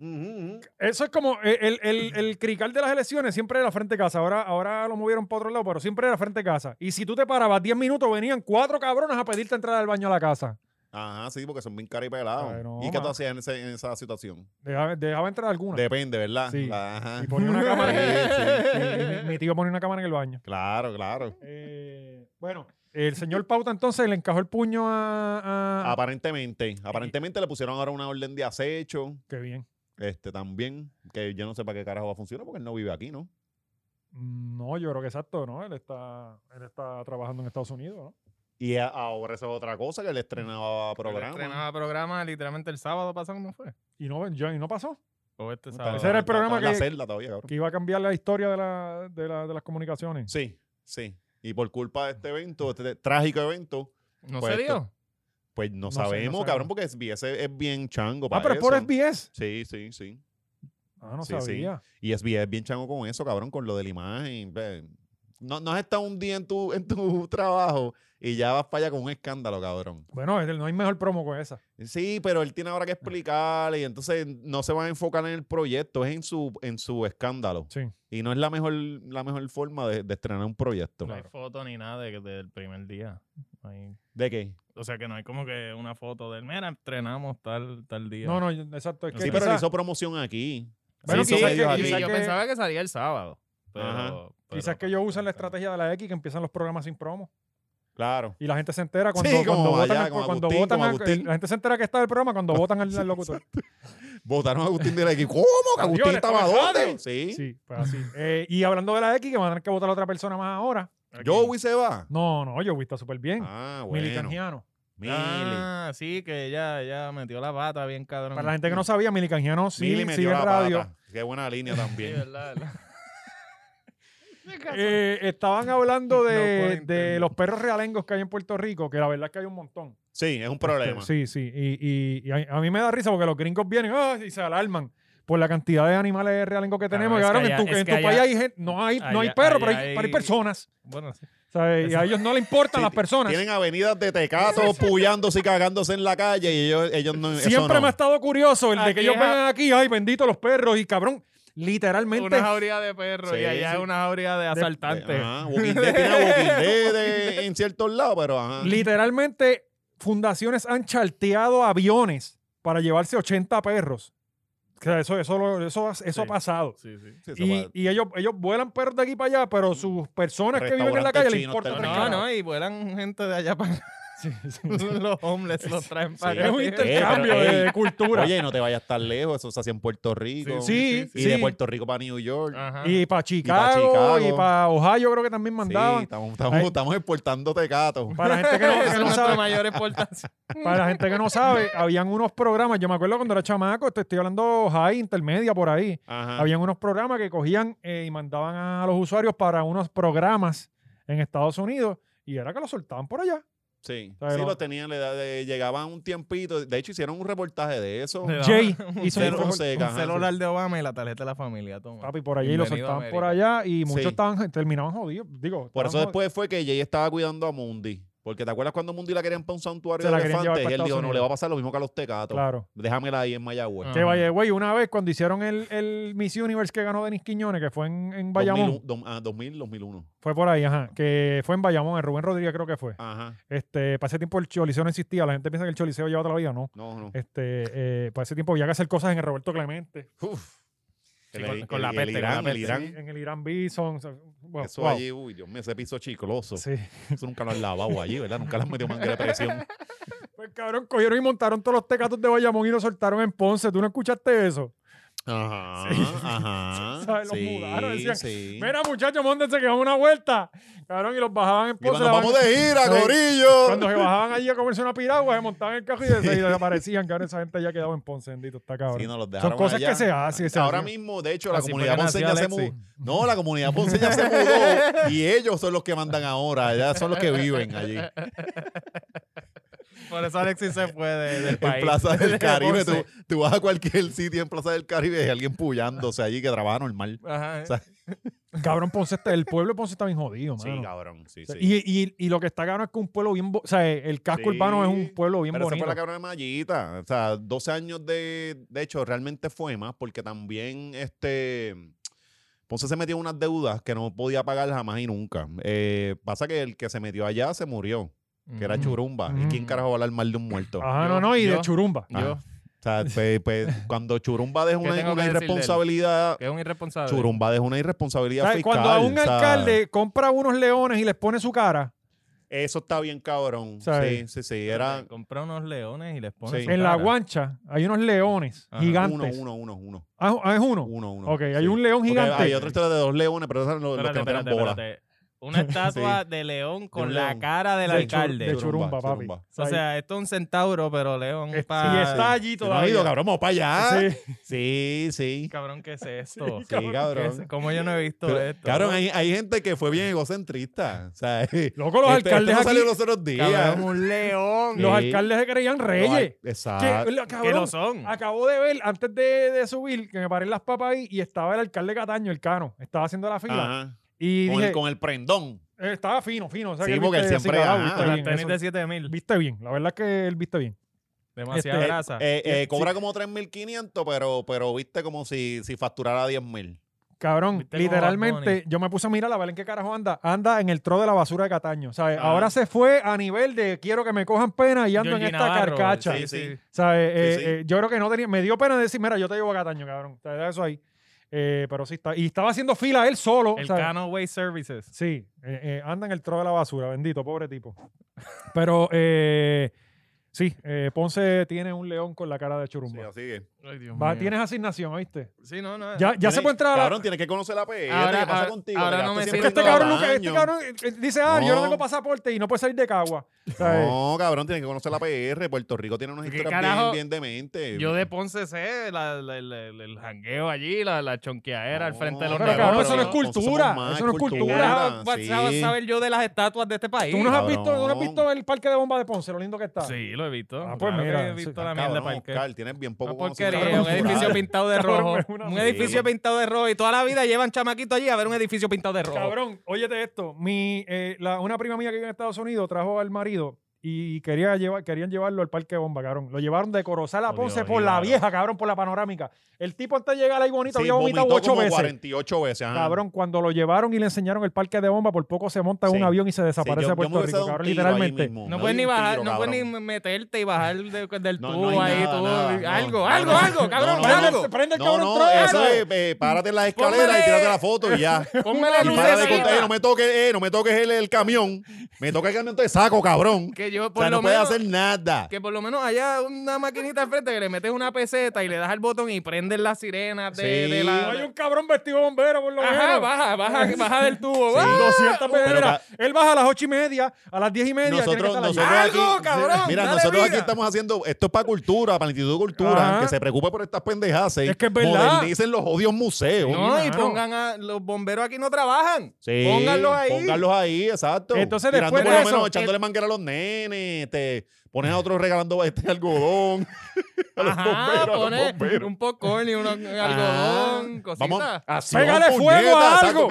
Ujú, ujú. Eso es como eh, el, el, el, el crical de las elecciones, siempre era frente de casa. Ahora, ahora lo movieron para otro lado, pero siempre era frente de casa. Y si tú te parabas 10 minutos, venían cuatro cabronas a pedirte entrar al baño a la casa. Ajá, sí, porque son bien Ay, caripelados. no, ¿Y qué tú man. hacías en, ese- en esa situación? Dejaba, dejaba entrar alguna. Depende, ¿verdad? Sí. Ajá. Y ponía una cámara. [laughs] Sí, Y mi, mi tío ponía una cámara en el baño. Claro, claro. Eh, bueno, el señor Pauta entonces le encajó el puño a. a- Aparentemente, aparentemente le pusieron ahora una orden de acecho, Qué bien. este también, que yo no sé para qué carajo va a funcionar porque él no vive aquí, ¿no? No, yo creo que exacto, ¿no? Él está, él está trabajando en Estados Unidos, ¿no? Y a- ahora eso es otra cosa que él estrenaba programa. Estrenaba programa literalmente el sábado pasado, ¿no fue? Y no, yo- y no pasó. O este Está- sábado. Ese era el está- programa está en que- la celda todavía, cabrón. Que iba a cambiar la historia de, la, de, la- de las comunicaciones. Sí, sí. Y por culpa de este evento, este trágico evento, ¿No Pues, se dio? pues no, No sé, no sabemos, sabemos. cabrón, porque SBS es bien chango Ah, para pero es por eso. SBS. Sí, sí, sí. Ah, no Sí, sí. sabía. Y es bien, es bien chango con eso, cabrón, con lo de la imagen. ve. No, no has estado un día en tu, en tu [laughs] trabajo y ya vas para allá con un escándalo, cabrón. Bueno, es- no hay mejor promo que esa. Sí, pero él tiene ahora que explicarle y entonces no se va a enfocar en el proyecto, es en su, en su escándalo. Sí. Y no es la mejor, la mejor forma de, de estrenar un proyecto. No hay Claro. foto ni nada de- del primer día. No hay- ¿De qué? o sea que no hay como que una foto del mira, entrenamos tal, tal día. No, no, yo- exacto. Es Sí, que Sí, pero él quizá- hizo promoción aquí. Bueno, Sí, sí, hizo quizás medios que- aquí. quizás yo que- pensaba que salía el sábado. Ajá. Pero, pues, Quizás que ellos usan la estrategia de la X que empiezan los programas sin promo. Claro. Y la gente se entera cuando, [laughs] Sí, como cuando votan, allá, al- como cuando Agustín, votan como al- Agustín. la gente se entera que está el programa [laughs] cuando votan al, al locutor. Votaron a Agustín de la X. [laughs] ¿Cómo? ¿Que Agustín Adiós, estaba estaba dónde? Javi. Sí. Sí, pues así. [laughs] Eh, y hablando de la X, que van a tener que votar a otra persona más ahora. Joey se va. No, no, yo está súper bien. Ah, bueno. Milicangiano. Mili. Ah, sí, que ella, ella metió la pata bien cabrón. Para la gente que no sabía, Milicangiano sí Mm, Mili sigue metió la en radio. [laughs] pata. Qué buena línea Sí, también. verdad, [laughs] verdad. Eh, estaban [laughs] hablando No puedo de, de entender. los perros realengos que hay en Puerto Rico, que la verdad es que hay un montón. Sí, es un problema. Sí, sí. Y, y- y a, a mí me da risa porque los gringos vienen ¡ah! y se alarman por la cantidad de animales realengos que Claro, tenemos. es Cabrón, que en tu, allá- es en que tu allá- país hay gente- no hay, no hay allá- perros, pero allá hay, pero hay hay- personas. Bueno, sí. ¿sabes? Y a ellos no les importan Sí, las personas. Tienen avenidas de tecatos puyándose y cagándose en la calle y ellos, ellos no. eso Siempre no. me ha estado curioso el de Aquí que ellos es- vengan aquí, ay, bendito los perros y cabrón, literalmente. Una jauría de perros Sí, y allá sí. es una jauría de asaltantes. Ajá, Ah, Walking Dead tiene a Walking Dead de- en ciertos lados, pero ajá. Literalmente, fundaciones han charteado aviones para llevarse 80 perros. O sea, eso, eso, lo- eso, eso Sí. ha pasado. [laughs] Sí, sí. Sí, eso Y, va- y ellos, ellos vuelan perros de aquí para allá, pero sus personas que viven en la Restaurantes calle les chinos, importa. tal- tres Pero No, carajos. no, y vuelan gente de allá para [laughs] Sí, sí. [laughs] los homeless, los traen para Es Sí. acá. [laughs] un Eh, pero, intercambio de, ey, de cultura. Oye, no te vayas tan lejos, eso se hacía en Puerto Rico. sí, Y sí. Ah, de Puerto Rico para New York. Ajá. y para Chicago, Chicago. y para Ohio creo que también Sí, mandaban. estamos, estamos, Ay. estamos exportando tecatos. Para la gente que no, que Esa [laughs] [laughs] es no nuestra sabe, mayor exportación. para la gente que no sabe, habían unos programas, yo me acuerdo cuando era chamaco, te estoy hablando high, intermedia, por ahí. Ajá. Habían unos programas que cogían eh, y mandaban a los usuarios para unos programas en Estados Unidos y era que los soltaban por allá. Sí, Pero- sí, lo tenían, le da- le llegaban un tiempito. De hecho, hicieron un reportaje de eso. Le daban Jay un hizo Jay un celu- reportaje. Fonseca, un ajá, celular de Obama y la tarjeta de la familia, toma. Papi, por allí y los Bienvenido a soltaban por América. allá y muchos Sí. estaban, terminaban jodidos. Digo, Por estaban eso jodidos. después fue que Jay estaba cuidando a Mundi. Porque te acuerdas cuando Mundi la querían para un santuario Se la de querían llevar elefantes para y él Estados dijo, no le Unidos. va a pasar lo mismo que a los tecatos. Claro. Déjamela ahí en Mayagüez. Ah. Que Ajá. vaya, güey, una vez cuando hicieron el, el Miss Universe que ganó Denis Quiñones, que fue en, en Bayamón, 2001, dom- ah, 2000, 2001. fue por ahí, ajá, que fue en Bayamón, en Rubén Rodríguez creo que fue. Ajá. Este, para ese tiempo el choliseo no existía, la gente piensa que el choliseo lleva toda la vida, ¿no? No, no. Este, eh, para ese tiempo había que hacer cosas en el Roberto Clemente. Uf. Sí, con- con la este, peste, con la Irán, el peste. Irán. Sí, en el Irán Bison. o sea, wow, Eso wow. allí, uy, Dios mío, ese piso chicloso. Sí. Eso nunca lo han lavado allí, ¿verdad? Nunca le han metido manguera de [laughs] presión. Pues cabrón, cogieron y montaron todos los tecatos de Bayamón y los soltaron en Ponce. ¿Tú no escuchaste eso? Ajá, Sí. ajá. ¿Sabes? Los sí, mudaron, decían, sí. Mira, muchachos, montense que van una vuelta. Cabrón, y los bajaban en Y cuando Ponce. la van- vamos de gira, Sí. gorillo. Cuando se bajaban allí a comerse una piragua, se montaban en el carro y des- y desaparecían. Cabrón, esa gente ya quedaba en Ponce, bendito, está cabrón. Sí, no, los Son dejaron cosas allá. que se hacen. se Ahora hacen. mismo, de hecho, la Así fue comunidad que nació ponceña se Alexis. mudó. No, la comunidad ponceña se mudó y ellos son los que mandan ahora. Ya son los que viven allí. Por eso Alexis se fue de- del país. En Plaza del De Caribe, tú, Ponce. tú vas a cualquier sitio en Plaza del Caribe y hay alguien pullándose allí que trabaja normal. Ajá. ¿eh? O sea, Cabrón, Ponce está- el pueblo de Ponce está bien jodido, mano. cabrón. Sí, Y, y, y lo que está cabrón es que un pueblo bien. bo- O sea, el casco Sí. urbano es un pueblo bien Pero esa bonito. fue la cabrona de Mallita. O sea, 12 años de. De hecho, realmente fue más, porque también este. Ponce se metió en unas deudas que no podía pagar jamás y nunca. Eh, pasa que el que se metió allá se murió, que era Mm. Churumba. ¿Y quién Mm. Ah. carajo va a hablar mal de un muerto? Ajá, Yo- no, no, y de yo- Churumba. Yo, Ah. [laughs] O sea, pues, pues, cuando Churumba deja ¿Qué una, tengo que una decir de él? irresponsabilidad. que es un irresponsable. Churumba deja una irresponsabilidad ¿Sabes? fiscal. Cuando a un o sea, alcalde compra unos leones y les pone su cara Eso está bien cabrón. Sí, ¿Sabes? sí, sí. Era... Era Compra unos leones y les pone Sí. su en la cara. guancha, hay unos leones Ajá, uno, gigantes. uno, uno, uno. Ah, ah, es uno. Uno, uno. ok, hay sí. un león Porque gigante. Hay otra historia de dos leones, pero esos eran los, los Espérate, que no espérate, tenían bola. [laughs] espérate. Una estatua de león con la león. cara del De chur- alcalde. de churumba, papi. churumba. o sea, esto es un centauro, pero león Es- pa- y está allí Yo No ha todavía. ido, cabrón, vamos para allá. Sí. Sí, sí. Cabrón, ¿qué es esto? Sí, ¿Qué es- cabrón. ¿Cómo yo no he visto Pero, esto? cabrón, hay, hay gente que fue bien egocentrista. O sea, [laughs] Loco, los este- alcaldes esto no aquí. salió los otros días. Cabrón, un león. Los Sí. alcaldes se creían reyes. Los al- Exacto. Que, lo- que cabrón, lo son. Acabo de ver, antes de, de subir, que me paré en las papas ahí y estaba el alcalde Cataño, el Cano. Estaba haciendo la fila. Ajá. Y Ah, Con, dije, el, con el prendón. eh, estaba fino, fino. O sea, Sí, que porque él viste siempre- acicalado, ajá. viste Con las bien, tenis eso. de 7000. Viste bien. La verdad es que él viste bien. Demasiada Este, grasa. Eh, eh, Sí. cobra como 3.500, pero, pero viste como si, si facturara 10.000. Cabrón, Viste como Bad Bunny. literalmente, yo me puse a mirar a ver en qué carajo anda. Anda en el tro de la basura de Cataño. ¿sabes? Ah. Ahora se fue a nivel de quiero que me cojan pena y ando en Georgie esta Navarro, carcacha. sí, sí. ¿Sabes? Eh, sí. eh, yo creo que no tenía. Me dio pena decir, mira, yo te llevo a Cataño, cabrón. O sea, deja eso ahí. Eh, pero sí está. Y estaba haciendo fila él solo. El ¿sabes? Cano Way Services. Sí, eh, eh, anda en el tro de la basura, bendito, pobre tipo. Pero eh, sí, eh, Ponce tiene un león con la cara de Sí, churumba. así es. Ay, Dios Va, mío. Ah, tienes asignación, ¿oíste? Sí, no, no. Ya, ya Tienes- se puede entrar a la- Cabrón, tienes que conocer la PR. Ahora- ¿Qué pasa ahora- contigo? ahora Te no me quedaste sirve. siempre Este en cabrón, los nunca, este baños. cabrón eh, eh, dice, ah, yo no No. tengo pasaporte y no puede salir de Cagua. O sea, eh, No, cabrón, tienes que conocer la PR. Puerto Rico tiene unas ¿Qué historias bien, carajo? bien dementes. Yo de Ponce sé la- la- la- la- el jangueo allí, la, la chonqueadera al frente de los pero negocios. cabrón, eso no es pero cultura, somos más eso no es ¿Qué cultura. carajo vas a sí. saber yo de las estatuas de este país? ¿Tú no has, cabrón. visto, tú no has visto el parque de bomba de Ponce, lo lindo que está? Sí, lo he visto. Ah, pues Claro que mira, He visto sí. la mierda Cabrón, para el que- Oscar, tienes bien poco Una conocimiento [laughs] porquería, Eh, un cultural. edificio pintado de rojo. Cabrón, es una Un mierda. edificio pintado de rojo. Y toda la vida llevan chamaquito allí a ver un edificio pintado de rojo. Cabrón, óyete esto. Mi, eh, la- una prima mía que vive en Estados Unidos trajo al marido y quería llevar, querían llevarlo al parque de bomba, cabrón. Lo llevaron de Corozal a Oh, Ponce Dios, por la Jíbaro. vieja, cabrón, por la panorámica. El tipo antes de llegar ahí bonito Sí, había vomitado vomitó ocho como Ah. veces. 48 veces. ajá. Cabrón, cuando lo llevaron y le enseñaron el parque de bomba, por poco se monta en un Sí. avión y se Sí, yo- desaparece de yo me Puerto hubiese Rico, dado un cabrón, tiro ahí literalmente. mismo. No Me puedes di ni un bajar, tiro, no puedes cabrón. ni meterte y bajar de- del [laughs] No, no tubo hay ahí, nada, tú. nada, algo, no, algo, no, algo, no, cabrón, no, no, algo. Prende- prende el No, cabrón no, tro- eso algo. es, eh, párate en las escaleras Póngale- y tírate la foto y [laughs] ya. Póngmele Y luces para de arriba. contar, no me toques, eh, no me toques el, el camión. Me toca el camión, te saco, cabrón. Que yo, O por sea, lo no puedes menos... hacer nada. Que por lo menos haya una maquinita al frente que le metes una peseta y le das al botón y prendes las sirenas de, Sí. de No la. hay un cabrón vestido de bombero, por lo Ajá, menos. baja, Eh. baja, baja del tubo. Sí. baja. 200 veces. Pero Mira, él baja a las ocho y media, a las diez y media. tiene que Nosotros, estar allí. nosotros aquí, ¡Algo, cabrón! mira, ¡Dale nosotros aquí vida! estamos haciendo, esto es para cultura, para el Instituto de Cultura, Ajá. que se preocupe por estas pendejadas. eh. Es que es verdad. Modernicen los odios museos. No, y mano. pongan a. Los bomberos aquí no trabajan. Sí, Pónganlos ahí. Pónganlos ahí, exacto. Entonces, Tirando después por de lo menos eso, eh, echándole manguera a los nenes, te pones a otros regalando este algodón. [laughs] a los Ajá, bomberos, a los poner bomberos. un popcorn y un algodón, Ah, cositas. Vamos, acción, Pégale fuego a puñeta, algo.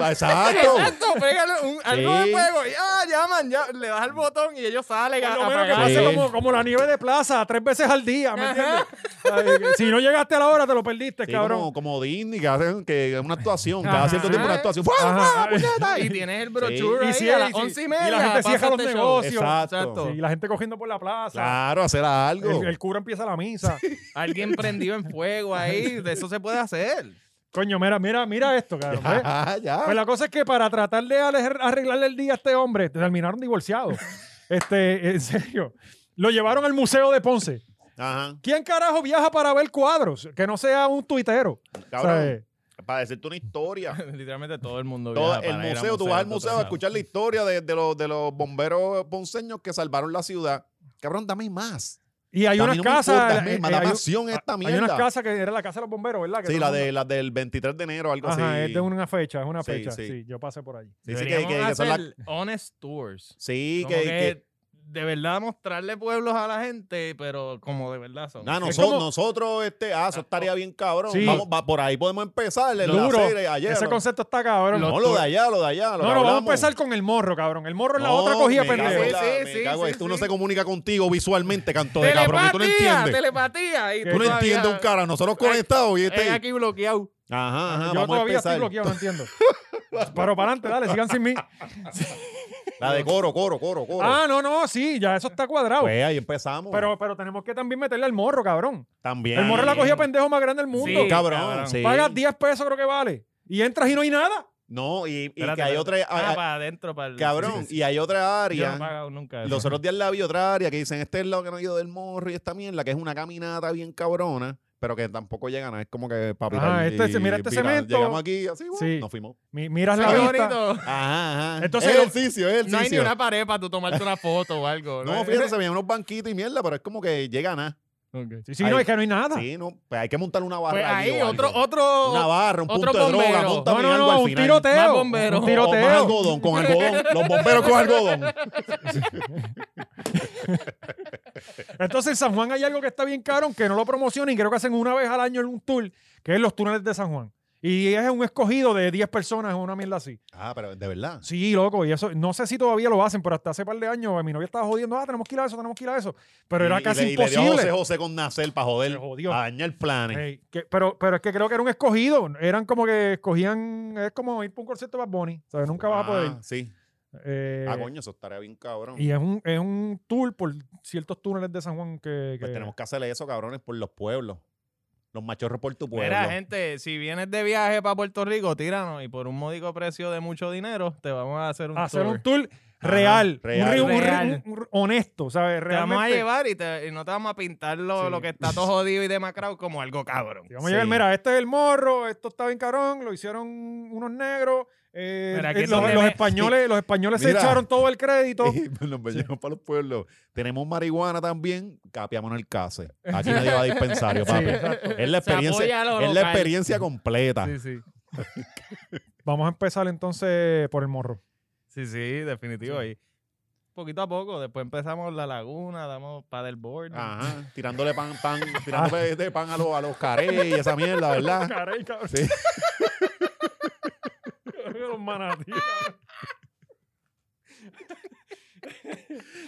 [laughs] Exacto. exacto. Exacto, pégale un, algo de Sí. fuego. Ya, llaman, ya, le das al botón y ellos salen Por a, lo a menos que pagar. pase Sí. como, como la nieve de plaza, tres veces al día, ¿me entiendes? Ay, Si no llegaste a la hora, te lo perdiste, Sí, cabrón. como, como Disney, que hacen que es una actuación, Ajá. cada cierto tiempo una actuación. ¡Fua, Ajá. fua, puñeta! Y Y- tienes el brochure Y ahí sí, a y las sí. once y Y media. la gente pasa cierra los este show. negocios. Exacto. Exacto. Sí, y la gente cogiendo por la plaza. Claro, hacer algo. El, el cura empieza la misa. Alguien prendido en fuego ahí, de eso se puede hacer. Coño, mira, mira, mira esto, cabrón. ¿ves? Ajá, [laughs] ya. Pues la cosa es que para tratar de ale- arreglarle el día a este hombre, terminaron divorciados. [laughs] este, en serio. Lo llevaron al Museo de Ponce. Ajá. ¿Quién carajo viaja para ver cuadros? Que no sea un tuitero. Cabrón, ¿sabes? para decirte una historia. [laughs] Literalmente todo el mundo Todo- viaja el para ir a museo, tú vas al museos, museo a escuchar la historia de, de los, de los bomberos ponceños que salvaron la ciudad. Cabrón, dame más. Y hay A mí unas no me casas. importa, eh, dame más. eh, Dame hay un- acción a esta hay mierda. unas casas que era la casa de los bomberos, ¿verdad? Que Sí, todo la, el mundo- de, la del 23 de enero, algo Ajá, así. es de una fecha, es una Sí, fecha. Sí, sí. yo pasé por allí. Sí, sí, que, Deberíamos que- que son las- hacer honest tours. Sí, Como que, que que- de verdad mostrarle pueblos a la gente, pero como de verdad son. Nah, Es Ah, noso- como- nosotros, este, ah, eso estaría bien cabrón. Sí. Vamos, va- por ahí podemos empezar. en la Duro. serie, ayer, Ese lo- concepto está cabrón. no, lo de allá, lo de allá. no, no, vamos a empezar con el morro, cabrón. El morro es la otra cogía cogía pendejo. Sí, sí, sí, sí, sí, Uno sí. se comunica contigo visualmente, canto de cabrón. que telepatía, Tú no entiendes. telepatía. Tú Y Tú no todavía- entiendes un cara. Nosotros conectados y Es este. aquí bloqueado. Ajá, ajá. yo vamos a todavía empezar. estoy bloqueado, no [laughs] entiendo. Pero para adelante, dale, sigan sin mí. La de coro, coro, coro, coro. Ah, no, no, sí, ya eso está cuadrado. pues ahí empezamos. Pero, pero tenemos que también meterle al morro, cabrón. también. El morro es la cogía pendejo más grande del mundo. Sí, Cabrón, cabrón. sí. Pagas 10 pesos, creo que vale. Y entras y no hay nada. No, y, y Espérate, que hay espérate. otra. Ah, ah, ah, para adentro, para el. Cabrón, Sí, sí, sí. y hay otra Yo no área. pago nunca. eso. Los otros días la vi otra área que dicen, este es lo que no ha ido del morro y esta mierda, que es una caminata bien cabrona, pero que tampoco llegan a es como que papi. Ajá, este se- mira este cemento. Llegamos aquí, así, bueno, Sí. nos fuimos. Mi- miras Ay, la [laughs] qué vista. bonito. Ajá, ajá. Entonces es lo- el sitio, es el No hay ni sitio. una pared para tú tomarte una foto o algo. Pues, No, eh. fíjate, se veían unos banquitos y mierda, pero es como que llega a nada. [laughs] Ok. Sí, sí, no, Ahí. es que no hay nada. Sí, no, pues hay que montar una barra. Pues allí ahí, o algo. otro, otro. Una barra, un otro punto de droga, bombero. monta No, no, algo no, al un final. tiroteo. Más bomberos. Un O- o más tiroteo. algodón, con algodón. Los bomberos con algodón. [laughs] Entonces en San Juan hay algo que está bien caro, que no lo promocionan y creo que hacen una vez al año en un tour, que es los túneles de San Juan. Y es un escogido de 10 personas, una mierda así. Ah, pero de verdad. Sí, loco, y eso, no sé si todavía lo hacen, pero hasta hace par de años mi novia estaba jodiendo, ah, tenemos que ir a eso, tenemos que ir a eso. Pero era Y- y casi le- y le dio a imposible. José José con Nacer para Se joder. jodió. Eh, A dañar planes. Ey, que- pero, pero es que creo que era un escogido. Eran como que escogían, es como ir por un concierto de Bad Bunny. O sea, nunca vas a poder ir. Ah, Sí. Eh, Ah, coño, eso estaría bien cabrón. y es un, es un tour por ciertos túneles de San Juan que... que- Pues tenemos que hacerle eso, cabrones, por los pueblos. Los machorros por tu pueblo. Mira, gente, si vienes de viaje para Puerto Rico, tíranos y por un módico precio de mucho dinero, te vamos a hacer un hacer tour. un tour real, real. un río- un río- Real. un- un- honesto, ¿sabes? Te Realmente. vamos a llevar y, te- y no te vamos a pintar lo, Sí. lo que está todo jodido y demacrado como algo cabrón. Te vamos a llevar, Sí. mira, este es el morro, esto está bien carón, lo hicieron unos negros. eh, Mira, eh, aquí es los, donde los me- españoles, los españoles se Mira. echaron todo el [laughs] crédito. Y Pues nos venimos para los pueblos. Tenemos marihuana también, capiamos en el case. Aquí nadie va a dispensario, Sí, [laughs] papi. exacto. es la Se apoya experiencia, a es lo la local. experiencia completa. Sí, sí. Vamos a empezar entonces por el morro. Sí, sí, definitivo. Y poquito a poco, después empezamos la laguna, damos paddleboard. Ajá, tirándole pan, [laughs] pan, Ah. tirándole de pan a los, a los carés y esa [laughs] mierda, ¿verdad? Caray, cabrón. Ah, Sí. Los manatíes.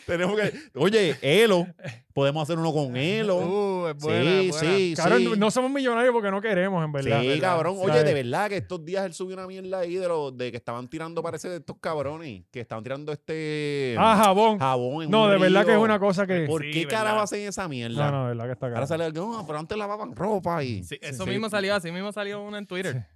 Tenemos que, oye, Elo, podemos hacer uno con Elo. Uh, es Sí, buena, es buena. sí, Cabrón, sí. no somos millonarios porque no queremos, en verdad. sí, ¿verdad? cabrón. Oye, ¿Sabes? de verdad que estos días él subió una mierda ahí de, lo, de que estaban tirando, parece, de estos cabrones, que estaban tirando este Ah, jabón. jabón. en no, un de verdad río. que es una cosa [laughs] que. ¿Por Sí, qué verdad. carajo hacen esa No, mierda? no, de verdad que está caro. Ahora sale alguien, no, pero antes lavaban ropa y... Sí, eso Sí. mismo salió, así mismo salió uno en Twitter.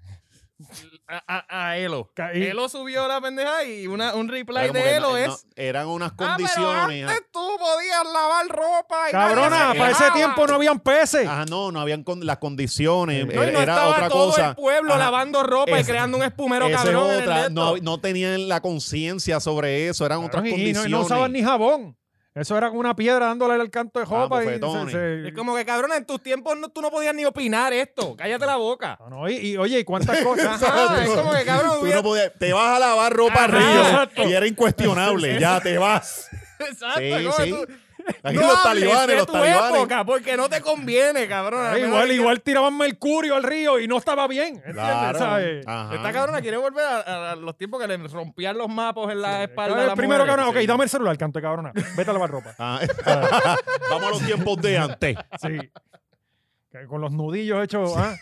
A, a- a Elo. Ca- y- Elo subió la pendeja y una, un reply Era como de que Elo no- es. no, eran unas "Ah, pero condiciones. antes tú podías lavar ropa y Cabrona, nadie se para ese quejaba". tiempo no habían peces. Ajá, no, no habían con- las condiciones. eh, No, y era no estaba otra todo cosa. el pueblo Ajá. lavando ropa y Ese- creando un espumero Esa es cabrón. en el otra. de No, esto. no tenían la conciencia sobre eso. Eran otras Cabrón, y- y no- condiciones. Ah, y no, usaban ni jabón. Eso era con una piedra dándole al canto de jopa. y, bofetones. Es como que, cabrón, en tus tiempos no- tú no podías ni opinar esto. Cállate la boca. No, no, y, y, oye, ¿y [laughs] cuántas cosas? Ajá, Ah, es como que, cabrón, Tú no hubiera- podías- te vas a lavar ropa Ajá, arriba exacto. y era [laughs] incuestionable. ya te vas. Exacto, Sí, como sí. tú- Aquí no los hables de talibanes, los tu talibanes. época, porque no te conviene, cabrón. Ah, igual, igual tiraban mercurio al río y no estaba bien. ¿entiendes? Claro. Ah. ¿Sabes? Ajá. Esta cabrona quiere volver a, a- a los tiempos que le rompían los mapas en la espalda. a Cabrón, las primero, mujeres. cabrona, ok, dame el celular, canto de cabrona. Vete a lavar [laughs] ropa. Ah, [laughs] Vamos a los tiempos de antes. Sí. Que Con los nudillos hechos. ¿ah?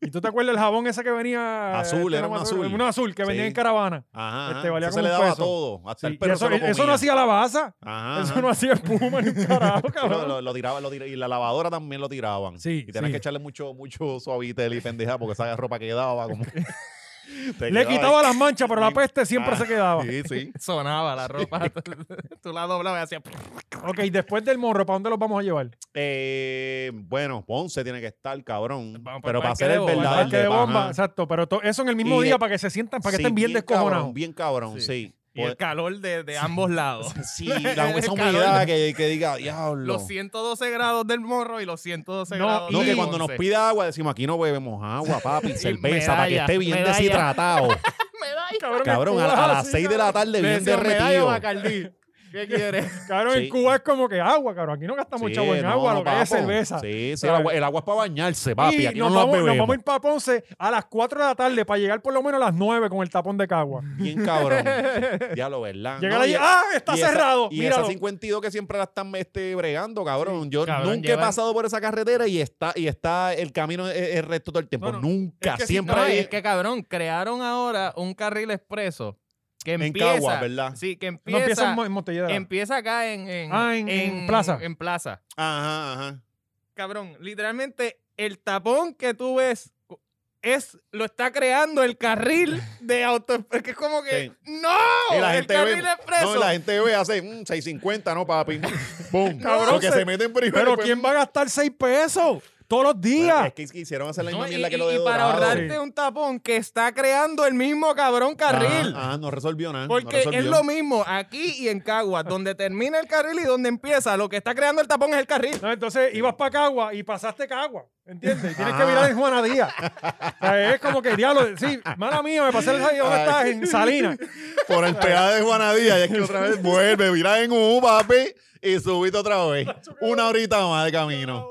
¿Y tú te acuerdas del jabón ese que venía? Azul, este, era un azul. Un azul que venía Sí. en caravana. Ajá. Este, valía eso como se le un daba peso. todo. Hasta Sí, el y perro eso, e- se lo eso no comía. hacía la baza. Ajá, Eso ajá. no hacía espuma ni un [laughs] carajo, Lo, cabrón. lo- lo tiraba, lo tira- y la lavadora también lo tiraban. Sí, y tenías sí. que echarle mucho, mucho suavitel y pendeja porque esa ropa quedaba [laughs] como. [laughs] Te Le quedaba- quitaba las manchas, pero la peste siempre Ah, se quedaba. Sí, sí. Sonaba la ropa. [laughs] tú la doblabas y hacías. Ok, después del morro, ¿para dónde los vamos a llevar? Eh, bueno, Ponce tiene que estar, cabrón. Vamos pero pa'l para parque hacer de el bomba, verdadero. Parque de de bomba, Pajá. exacto. Pero to- eso en el mismo Y de- día para que se sientan, para que Sí, estén bien, descojonados. cabrón, bien cabrón, Sí. sí. Pues, Y el calor de, de ambos lados. [laughs] Sí, la- esa calor. humedad que, que diga, diablo. Los 112 grados del morro y los 112 No, grados. No, y- que del cuando nos once. pida agua, decimos aquí no bebemos agua, [laughs] papi, cerveza, para que medalla, esté bien medalla. deshidratado. Medalla. Cabrón, en Cabrón, a, Cuba a es las así, 6 de la cabrón. tarde, Le bien decía, medalla derretido. Bacardí. ¿Qué quieres? Cabrón, Sí. en Cuba es como que agua, cabrón. Aquí no gastamos Sí, chavo en no, agua, lo que hay es papo. cerveza. Sí, sí, el ¿sabes? agua, el agua es para bañarse, papi. y aquí nos, no nos vamos, nos bebemos. vamos a ir para Ponce a las 4 de la tarde para llegar por lo menos a las 9 con el tapón de cagua. Bien cabrón. [laughs] ya lo verdad. Llegar No, allí, y- e- ¡ah! Está y esa- cerrado. y míralo. esa 52 que siempre la están este, bregando, cabrón. Yo Cabrón, nunca he llevan- pasado por esa carretera y está, y está el camino es, es recto todo el tiempo. No, no, nunca, es que sí, [laughs] siempre No, hay- y es que cabrón, crearon ahora un carril expreso que En empieza, Cagua, ¿verdad? Sí, que no empieza empieza, en Mo- en Montellera. empieza acá en, en, Ah, en- en Plaza. En Plaza. Ajá, ajá. Cabrón, literalmente el tapón que tú ves es lo está creando el carril de auto que es como que no, Y la el gente carril ve, expreso. no, y la gente ve hace mm, 650, no, papi. [laughs] Boom. Cabrón, Porque se- se meten primero. Pero pues, ¿quién va a gastar 6 pesos? Todos los Bueno, días. es que quisieron hacer la misma No, y, mierda que lo y- de y para Dorado. ahorrarte un tapón que está creando el mismo cabrón carril. Ah, ah, no resolvió nada. no Porque resolvió. es lo mismo aquí y en Caguas, donde termina el carril y donde empieza. Lo que está creando el tapón es el carril. No, entonces ibas para Cagua y pasaste Cagua, ¿entiendes? Y tienes que Ah. mirar en Juana Díaz. O sea, es como que, diablo, sí, mala mía, me pasé el día ¿dónde Ay. estás? En Salinas. Por el pegado de Juanadía. Y es que otra [laughs] vez vuelve, vira en un papi, y subiste otra vez. [laughs] Una horita más de camino.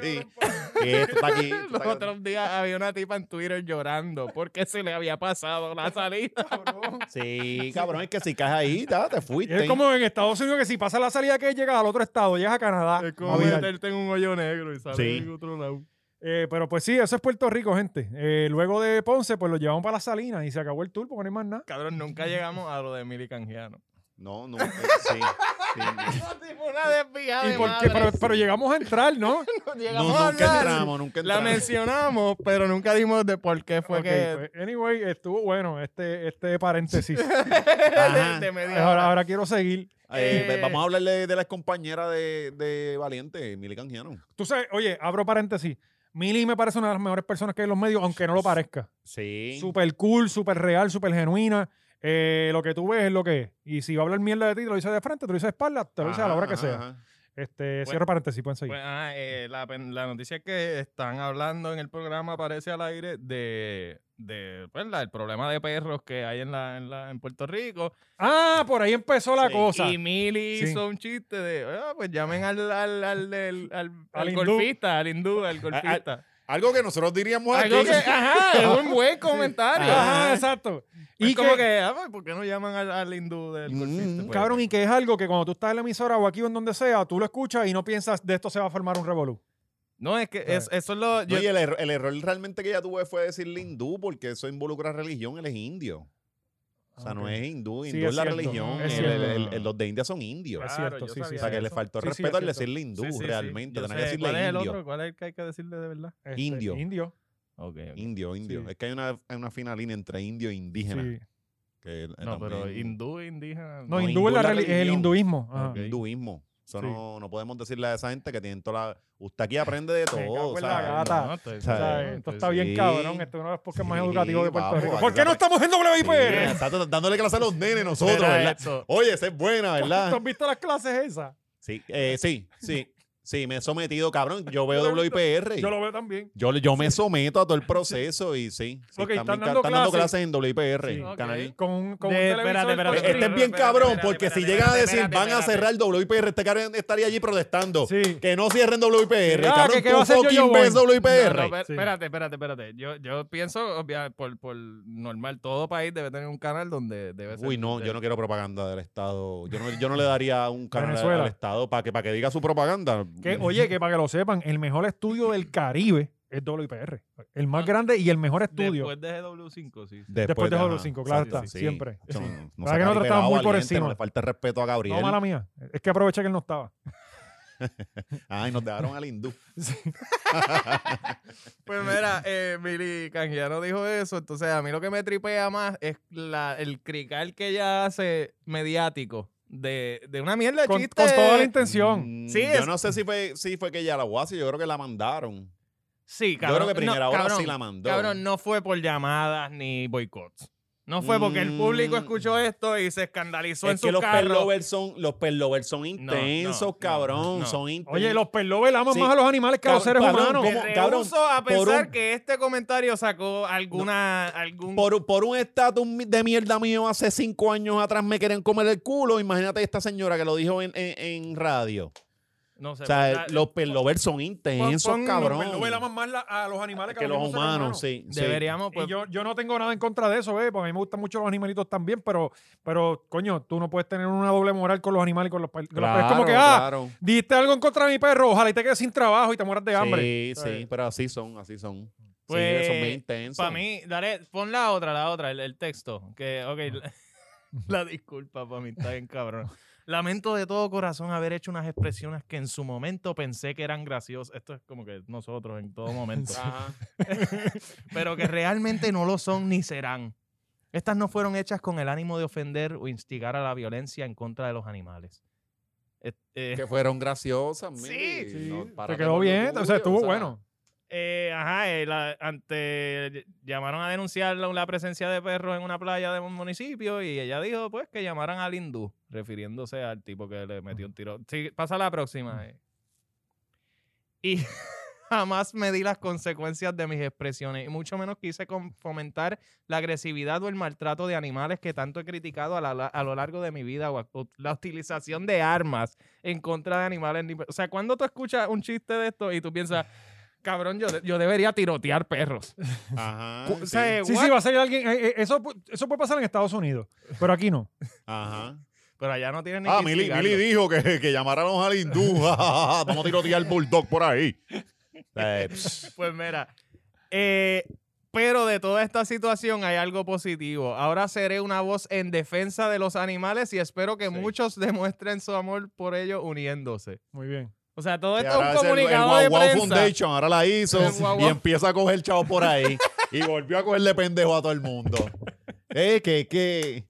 Sí. [laughs] Y esto está aquí. esto este [laughs] Los está aquí. otros días había una tipa en Twitter llorando porque se le había pasado la salida. Sí, cabrón, es que si caes ahí, ya, te Y fuiste. es como en Estados Unidos que si pasas la salida que llegas al otro estado, llegas a Canadá. a Vidal. en un hoyo negro y salir Ah, Sí. en otro lado. Eh, pero pues sí, eso es Puerto Rico, gente. Eh, luego de Ponce, pues lo llevamos para las Salinas y se acabó el tour porque no hay más nada. Cabrón, nunca llegamos a lo de Emily Canjiano. No, no, eh, sí. sí, no. una desviada. ¿Y de por qué? Pero, madre. pero llegamos a entrar, [laughs] ¿no? [laughs] [laughs] Llegamos No, a nunca hablar. entramos, nunca La entramos. mencionamos, pero nunca dimos de por qué fue Ok, que pues, anyway, estuvo bueno este, este [laughs] paréntesis. Ajá. de, de media ahora, hora. ahora quiero seguir. Eh, Eh, vamos a hablarle de la compañera de, de Valiente, Mili Canjiano. Tú sabes, oye, abro paréntesis. Mili me parece una de las mejores personas que hay en los medios, aunque no lo parezca. Sí. Súper cool, súper real, súper genuina. Eh, lo que tú ves es lo que es. Y si va a hablar mierda de ti, te lo dice de frente, te lo dice de espalda, te lo dice a la hora que sea. Este, Bueno. cierro paréntesis, pueden seguir. Pues, ah, eh, la, pen- la noticia es que están hablando en el programa, aparece al aire, de, de pues, la- el problema de perros que hay en, la, en, la- en Puerto Rico. Ah, por ahí empezó la Sí, cosa. y Mili sí. hizo un chiste de, ah, pues llamen al, al, al, del- al, al hindú. golfista, al hindú, al golfista. Algo que nosotros diríamos eh, Algo que- ajá, es un buen comentario. Ajá, exacto. Y Y que, como que, ah, pues, ¿por qué no llaman al, al hindú del Mm, golfista? Pues, cabrón, y que es algo que cuando tú estás en la emisora o aquí o en donde sea, tú lo escuchas y no piensas de esto se va a formar un revolú. No, es que Pues, es- eso es lo... yo- Oye, el, erro- el error realmente que ella tuvo fue decirle hindú, porque eso involucra religión, él es indio. O sea, Ah, no ok. es hindú, Sí, hindú es es, la cierto, religión. es el- el- cierto. el- los de India son indios. Es Claro, cierto, sí, yo sí. sabía o sea, que eso. le faltó el Sí, sí, respeto es al cierto. decirle hindú, Sí, sí, sí. realmente. Yo Tenés sé, que decirle ¿Cuál es el indio. otro? ¿Cuál es el que hay que decirle de verdad? Este, Indio. Indio. Ok, ok. Indio, indio. Sí. Es que hay una, hay una fina línea entre indio e indígena. Sí. que, eh, No, pero también- hindú, indígena. No, No, hindú, hindú es, la es la reli- es el religión. hinduismo. Ajá. Ok. hinduismo. Eso Sí. no, no podemos decirle a esa gente que tienen toda la... Usted aquí aprende de [laughs] Me cago todo. en o sea, la gata. estoy- O sea, Sí, esto estoy- está bien sí. cabrón. Esto es uno de los podcasts más Sí, educativos de Puerto vamos, Rico. aquí ¿Por qué no está- estamos en sí, WIPR? exacto, dándole clase a [laughs] los nenes nosotros, Mira ¿verdad? eh, eso. Oye, esa es buena, ¿verdad? ¿Tú has visto las clases esas? Sí, eh, sí, sí, sí, me he sometido, cabrón. Yo veo Yo lo he visto. WIPR. Yo lo veo también. Yo, yo me someto a todo el proceso y sí. sí, Ok, están, están bien- dando están dando clases. clases en WIPR. Sí, ok. canal. Con un, con De- un espérate, televisor espérate, con- Este es bien espérate, cabrón, espérate, porque si espérate, llegan a decir espérate, van a espérate. cerrar WIPR, este cabrón estaría allí protestando. Sí. Que no cierren WIPR. Ah, cabrón, que- que tú va a ser fucking Yo-Yo ves Boy. WIPR. No, no, per- Sí. Espérate, espérate, espérate. Yo, yo pienso, obvia- por, por normal, todo país debe tener un canal donde debe ser. Uy, no, de- yo no quiero propaganda del Estado. Yo no, yo no le daría un canal Venezuela. al Estado para que, para que diga su propaganda. Que, oye, que para que lo sepan, el mejor estudio del Caribe es WIPR. El más grande y el mejor estudio. Después Ah. de GW5, sí. sí. Después de ajá, W5, claro exacto, está, siempre. No, no, Para se que no calibre, tratamos muy va, por valiente, encima. No le falta el respeto a Gabriel. No, mala mía. Es que aproveché que él no estaba. Ay, nos dejaron al hindú. [laughs] Pues mira, eh, Mili Canjiano dijo eso, entonces a mí lo que me tripea más es la, el crical que ella hace mediático de, de una mierda de Con, chiste. con toda la intención. Mm, Sí, yo es- no sé si fue, si fue que ella la guasi, yo creo que la mandaron. Sí, yo cabrón. creo que primera no, hora cabrón, sí la mandó. Cabrón, no fue por llamadas ni boicots. No fue porque el público Mm. escuchó esto y se escandalizó en es su que los carro. perlovers son, los perlovers son intensos, no, cabrón. no. Son intensos. Oye, los perlovers aman Sí. más a los animales que a los Cabrón, seres cabrón, humanos. Me ¿cómo? cabrón, rehuso a por pensar un- que este comentario sacó alguna algún Por, por un estatus mi- de mierda mío hace cinco años atrás me querían comer el culo. Imagínate esta señora que lo dijo en, en- en radio. no sé. O sea, ¿verdad? los perlovers son intensos, pon los cabrón. más a los animales que los humanos, sí. sí. deberíamos pues, Y yo, yo no tengo nada en contra de eso, eh, porque a mí me gustan mucho los animalitos también, pero, pero coño, tú no puedes tener una doble moral con los animales y con los perros. es como Claro, que, ah, claro. diste algo en contra de mi perro, ojalá y te quedes sin trabajo y te mueras de hambre. Sí, ¿Sabes? sí, pero así son, así son. Pues, sí, son bien intensos. Para mí, dale, pon la otra, la otra, el, el texto. Que, ok, la, la [laughs] disculpa para mí, está bien cabrón. Lamento de todo corazón haber hecho unas expresiones que en su momento pensé que eran graciosas. Esto es como que nosotros en todo momento. Pero que realmente no lo son ni serán. Estas no fueron hechas con el ánimo de ofender o instigar a la violencia en contra de los animales. Eh, eh, Que fueron graciosas. Sí. Sí, no, te párate quedó con lo bien, o sea, tuyo, estuvo bueno. eh, ajá, eh, la- ante, llamaron a denunciar la, la presencia de perros en una playa de un municipio y ella dijo pues que llamaran al hindú, refiriéndose al tipo que le metió un tiro. Sí, pasa la próxima. eh. Y [laughs] jamás medí las consecuencias de mis expresiones y mucho menos quise com- fomentar la agresividad o el maltrato de animales que tanto he criticado a, la- la- a lo largo de mi vida o a- o la utilización de armas en contra de animales. ni- O sea, cuando tú escuchas un chiste de esto y tú piensas, cabrón, yo, de- yo debería tirotear perros. Ajá. Cu- o sea, Sí, what? sí, va a salir alguien. eh, eh, eso, pu- eso puede pasar en Estados Unidos, pero aquí no. Ajá. Pero allá no tienen ni Ah, que Mili, instigarlo. Mili dijo que, que llamáramos al [laughs] hindú. [laughs] Vamos a tirotear el bulldog por ahí. Eh, pss. Pues mira, eh, pero de toda esta situación hay algo positivo. Ahora seré una voz en defensa de los animales y espero que Sí. muchos [laughs] demuestren su amor por ellos uniéndose. Muy bien. O sea, todo Que esto ahora es es un el- comunicado el Wow Wow de prensa. Foundation ahora la hizo El Wow y Wow. empieza a coger chavos por ahí y volvió a cogerle pendejo a todo el mundo. eh, que, que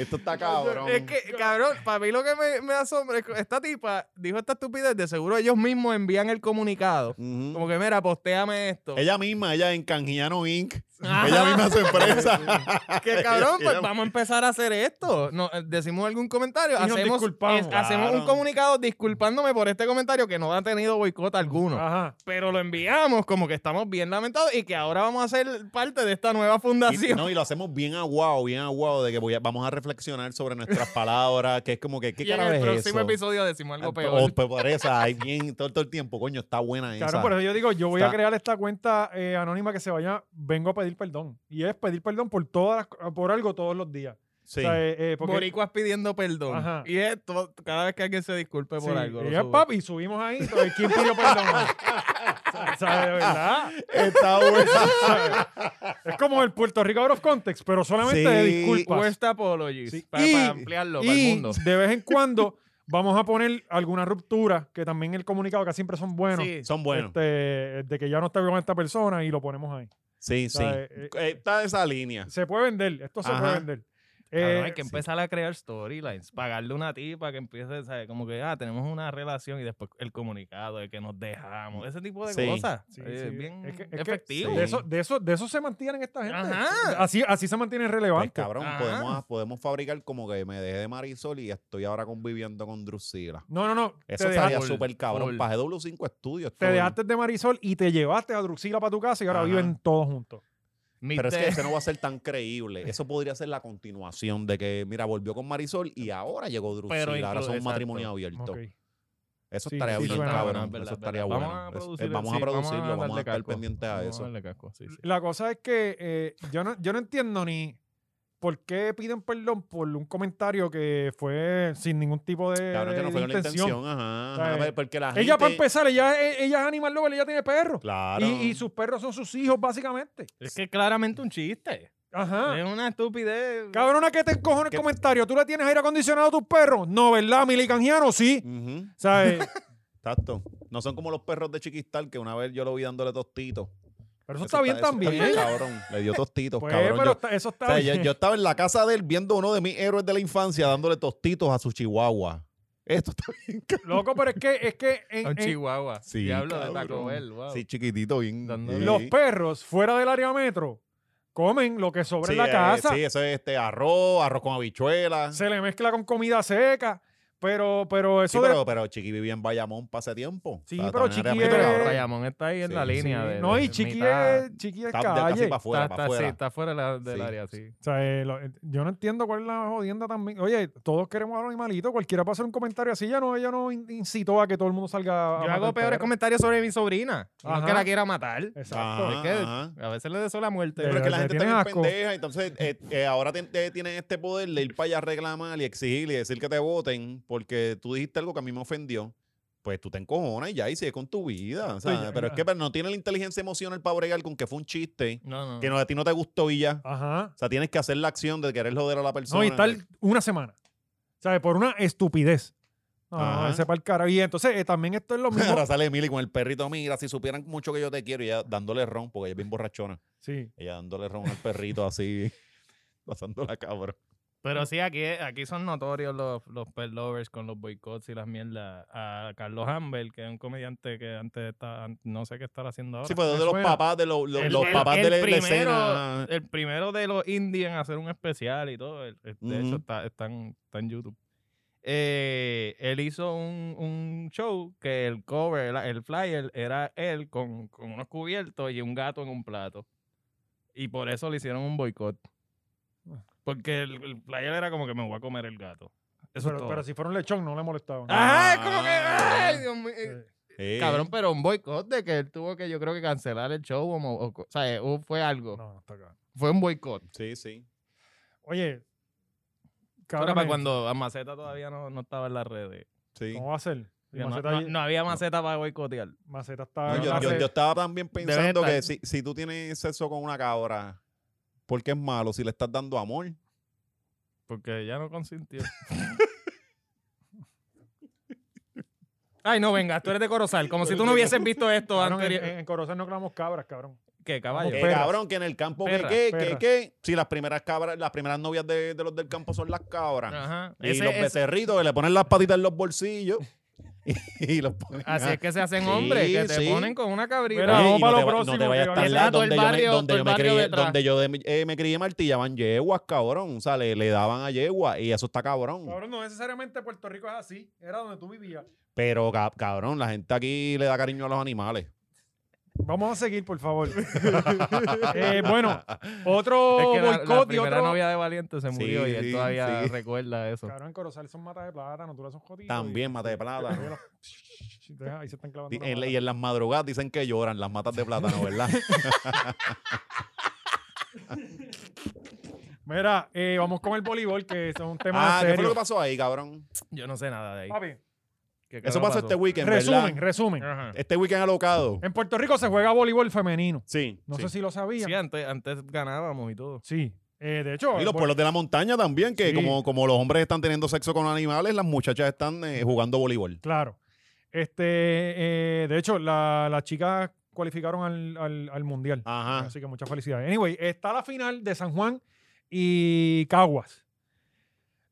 esto está cabrón. Es que, cabrón, para mí lo que me, me asombra es que esta tipa dijo esta estupidez, de seguro ellos mismos envían el comunicado. Ujú. Como que, mira, postéame esto. [laughs] Ella misma, ella en Canjiano Inc. Ajá. Ella misma su [laughs] empresa. Que Ella- cabrón, pues ella- vamos a empezar a hacer esto. No, eh, decimos algún comentario. Y nos hacemos, disculpamos. es- hacemos un Claro. comunicado disculpándome por este comentario que no ha tenido boicot alguno. Ajá. Pero lo enviamos como que estamos bien lamentados y que ahora vamos a ser parte de esta nueva Y, fundación. no, y lo hacemos bien aguado, bien aguado, de que voy a- vamos a reflexionar sobre nuestras palabras, que es como que, ¿qué [laughs] Y en carajo el es eso? próximo oh, episodio decimos algo O peor. pe- pues, por esa, ahí bien, todo, todo el tiempo, coño, está buena esa. Claro, por eso yo digo, yo voy a Está- crear esta cuenta eh, anónima que se vaya, vengo a pedir perdón. Y es pedir perdón por todas las- por algo todos los días. Sí. O sea, eh, eh, porque- Boricuas pidiendo perdón. Ajá. Y esto, cada vez que alguien se disculpe por sí, algo. lo y es sube. papi, y subimos ahí. entonces, ¿Quién pidió [laughs] perdón? o sea, de verdad. Está buena. [laughs] Es como el Puerto Rico out of context, pero solamente Sí. de disculpas. West Apologies. Sí. Para, Y- para ampliarlo para el y mundo. de vez en cuando vamos a poner alguna ruptura, que también el comunicado que siempre son buenos. Sí. Son buenos. este, de que ya no está con esta persona y lo ponemos ahí. Sí, O sí. sea, eh, Eh, Está esa línea. se puede vender, esto se Ajá. puede vender. Cabrón, Eh, hay que empezar a crear storylines, pagarle una tipa que empiece, ¿sabes? Como que, ah, tenemos una relación y después el comunicado de que nos dejamos, ese tipo de Sí. cosas. Sí, Eh, sí. bien Es que- es que efectivo. De eso, de, eso, de eso se mantienen esta gente. Ajá. Así, así se mantienen Pues, relevantes. cabrón, Ajá. podemos, podemos fabricar como que me dejé de Marisol y estoy ahora conviviendo con Drusila. no, no, no. Te, Eso deja- estaría full, súper cabrón. full. Para GW5 estudios. te todo. dejaste de Marisol y te llevaste a Druxila para tu casa y ahora Ajá. viven todos juntos. Pero es que Mister- ese no va a ser tan creíble. Eso podría ser la continuación de que, mira, volvió con Marisol y ahora llegó Pero Drusila. Ahora inclu- son un exacto. matrimonio abierto. Ok. Eso Sí, estaría sí, bien, suena cabrón. bueno, es verdad, eso es estaría verdad. bueno. Vamos a Eso- eh, producir- vamos a sí, vamos a producirlo, vamos darle a estar casco. pendientes a Vamos a eso. darle casco, sí, sí. La cosa es que eh, yo, no, yo no entiendo ni por qué piden perdón por un comentario que fue sin ningún tipo de, Cabrón, que de- no de fue con la intención. intención. Ajá. ajá, ¿Sabes? porque la Ella, para gente- empezar, ella, e- ella es animal lover, ella tiene perros. Claro. Y, y sus perros son sus hijos, básicamente. Es que claramente un chiste. Ajá. Eh, Es una estupidez. Cabrona, que te encojo en el ¿Qué? comentario? ¿Tú le tienes aire acondicionado a tus perros? No, ¿verdad, Milicangiano? Sí. eh, Ujú. [laughs] ¿Sabes? Exacto. No son como los perros de Chiquistal que una vez yo lo vi dándole tostitos. Pero eso, está bien también. cabrón. Le dio tostitos, Pues, cabrón. pero Yo- está- eso está o sea, yo, bien. yo estaba en la casa de él viendo uno de mis héroes de la infancia dándole tostitos a su chihuahua. Esto está bien, cabrón. Loco, pero es que, es que en- A un en- chihuahua. Sí, Diablo de cabrón. Taco Bell, wow. Sí, chiquitito, bien. Dándole- sí. los perros fuera del área metro comen lo que sobra Sí, en la eh, casa. sí, eso es este, arroz, arroz con habichuelas. Sí, Se le mezcla con comida seca. Pero, pero eso de. pero, pero Chiqui vivía en Bayamón pase tiempo. Sí, O sea, pero también era Chiqui Pero medio es- cabrón. Bayamón está ahí en Sí, la sí. línea. de- no, de- y de chiqui mitad. es, chiqui es Está de casi calle. O para afuera, está, para está, sí, afuera. está fuera de la- del Sí. área, sí. sea, eh, lo- eh, yo no entiendo cuál es la jodienda también. Oye, todos queremos a los animalitos. Cualquiera puede hacer un comentario así. Ella no, ella no in- incitó a que todo el mundo salga. a Yo matar hago peores perros. comentarios sobre mi sobrina. No Ajá. que la quiera matar. Exacto. Ajá, Es que ajá. a veces le deseo la muerte. Pero Pero es que la le gente está tienen bien asco. pendeja, entonces eh, eh, ahora tien- te- tienen este poder de ir para allá a reclamar y exigir y decir que te voten porque tú dijiste algo que a mí me ofendió. Pues tú te encojonas y ya, y sigue con tu vida. o sea, Estoy ya- pero es que pero no tiene la inteligencia emocional para bregar con que fue un chiste, No, no. que no, a ti no te gustó y ya. Ajá. O sea, tienes que hacer la acción de querer joder a la persona. No, y tal una semana. ¿Sabes? Por una estupidez. No, no, Ajá. ese para el cara. Y entonces eh, también esto es lo mismo. [laughs] [laughs] Ahora sale Emily con el perrito, mira, si supieran mucho que yo te quiero, y ella dándole ron, porque ella es bien borrachona. sí. [laughs] Ella dándole ron al perrito así, pasando la cabra. Pero sí, aquí, aquí son notorios los, los pet lovers con los boicots y las mierdas. A Carlos Amber, que es un comediante que antes está, an- no sé qué estará haciendo ahora. Sí, pues de Eso los era. papás de los, los, El- los el- papás de el la de la primero- escena. El primero de los indies en hacer un especial y todo. el- el- de hecho, Ujú. está, está en, está en YouTube. Eh, él hizo un, un show que el cover, la- el, flyer, era él con, con unos cubiertos y un gato en un plato. Y por eso le hicieron un boicot. Porque el, el flyer era como que me voy a comer el gato. Eso es Pero, todo. pero si fuera un lechón, no le molestaba. Ajá, es como que. Ah. ay, Dios mío. Eh, Cabrón, pero un boicot de que él tuvo que, yo creo que cancelar el show. O, mo- o co- o sea, eh, hubo- fue algo. No, no está acá. Fue un boicot. Sí, sí. Oye, Eso cabrón, era para cuando Maceta todavía no, no estaba en las redes. sí. ¿cómo va a ser? Ya no, Maceta, no- no había Maceta para boicotear. Maceta No, está. no yo, la yo- hace- yo estaba también Debe pensando que estar. si, si tú tienes sexo con una cabra, ¿por qué es malo si le estás dando amor? Eh, Porque ya no consintió. [laughs] Ay, no, venga, tú eres de Corozal. Como si tú no hubieses visto esto cabrón, eh, en, anterior. en Corozal no clavamos cabras, cabrón. ¿Qué, caballo? Eh, perras, cabrón, que en el campo, ¿qué, perras, qué, qué, perras. qué? Si las primeras cabras, las primeras novias de, de los del campo son las cabras. Ajá. Y Ah, Ese- los ese- becerritos que le ponen las patitas en los bolsillos. [laughs] Y, los ponen. así es que se hacen Sí, hombres, que te sí. ponen con una cabrita. Mira, Oye, vamos y para no, lo te va- no próximo, te vayas que tan vaya- lejos Todo el donde yo me- barrio- donde todo el yo me barrio crié, detrás. donde yo de mi- eh, me crié martillaban yeguas, cabrón. O sea, le, le daban a yegua y eso está cabrón. Cabrón, no necesariamente Puerto Rico es así. Era donde tú vivías. Pero ca- cabrón, la gente aquí le da cariño a los animales. Vamos a seguir, por [laughs] favor. Eh, [laughs] bueno, otro Es que la, la boicot y primera otro. novia de Valiente se Sí, murió y él sí, todavía sí. recuerda eso. Cabrón, en Corozal son matas de plátano, tú las son jodidos. También mata de plata. plátano. [laughs] Ahí se están clavando. Di- una en la- bala. y en las madrugadas dicen que lloran las matas [laughs] de plátano, ¿verdad? Mira, eh, vamos con el voleibol, que [laughs] es un tema ah, ¿qué fue lo serio. que pasó ahí, cabrón? Yo no sé nada de ahí. Papi, ¿Qué Eso carajo pasó este weekend, resumen, ¿verdad? resumen. Ajá. Este weekend alocado. En Puerto Rico se juega voleibol femenino. Sí. No sí. sé si lo Sí, sabían. antes, antes ganábamos y todo. Sí. Eh, de hecho, Y el los vo- pueblos de la montaña también, que Sí. como, como los hombres están teniendo sexo con animales, las muchachas están eh, jugando voleibol. claro. Este, eh, de hecho, la- las chicas cualificaron al, al- al mundial. Ajá. Así que muchas felicidades. Anyway, está la final de San Juan y Caguas.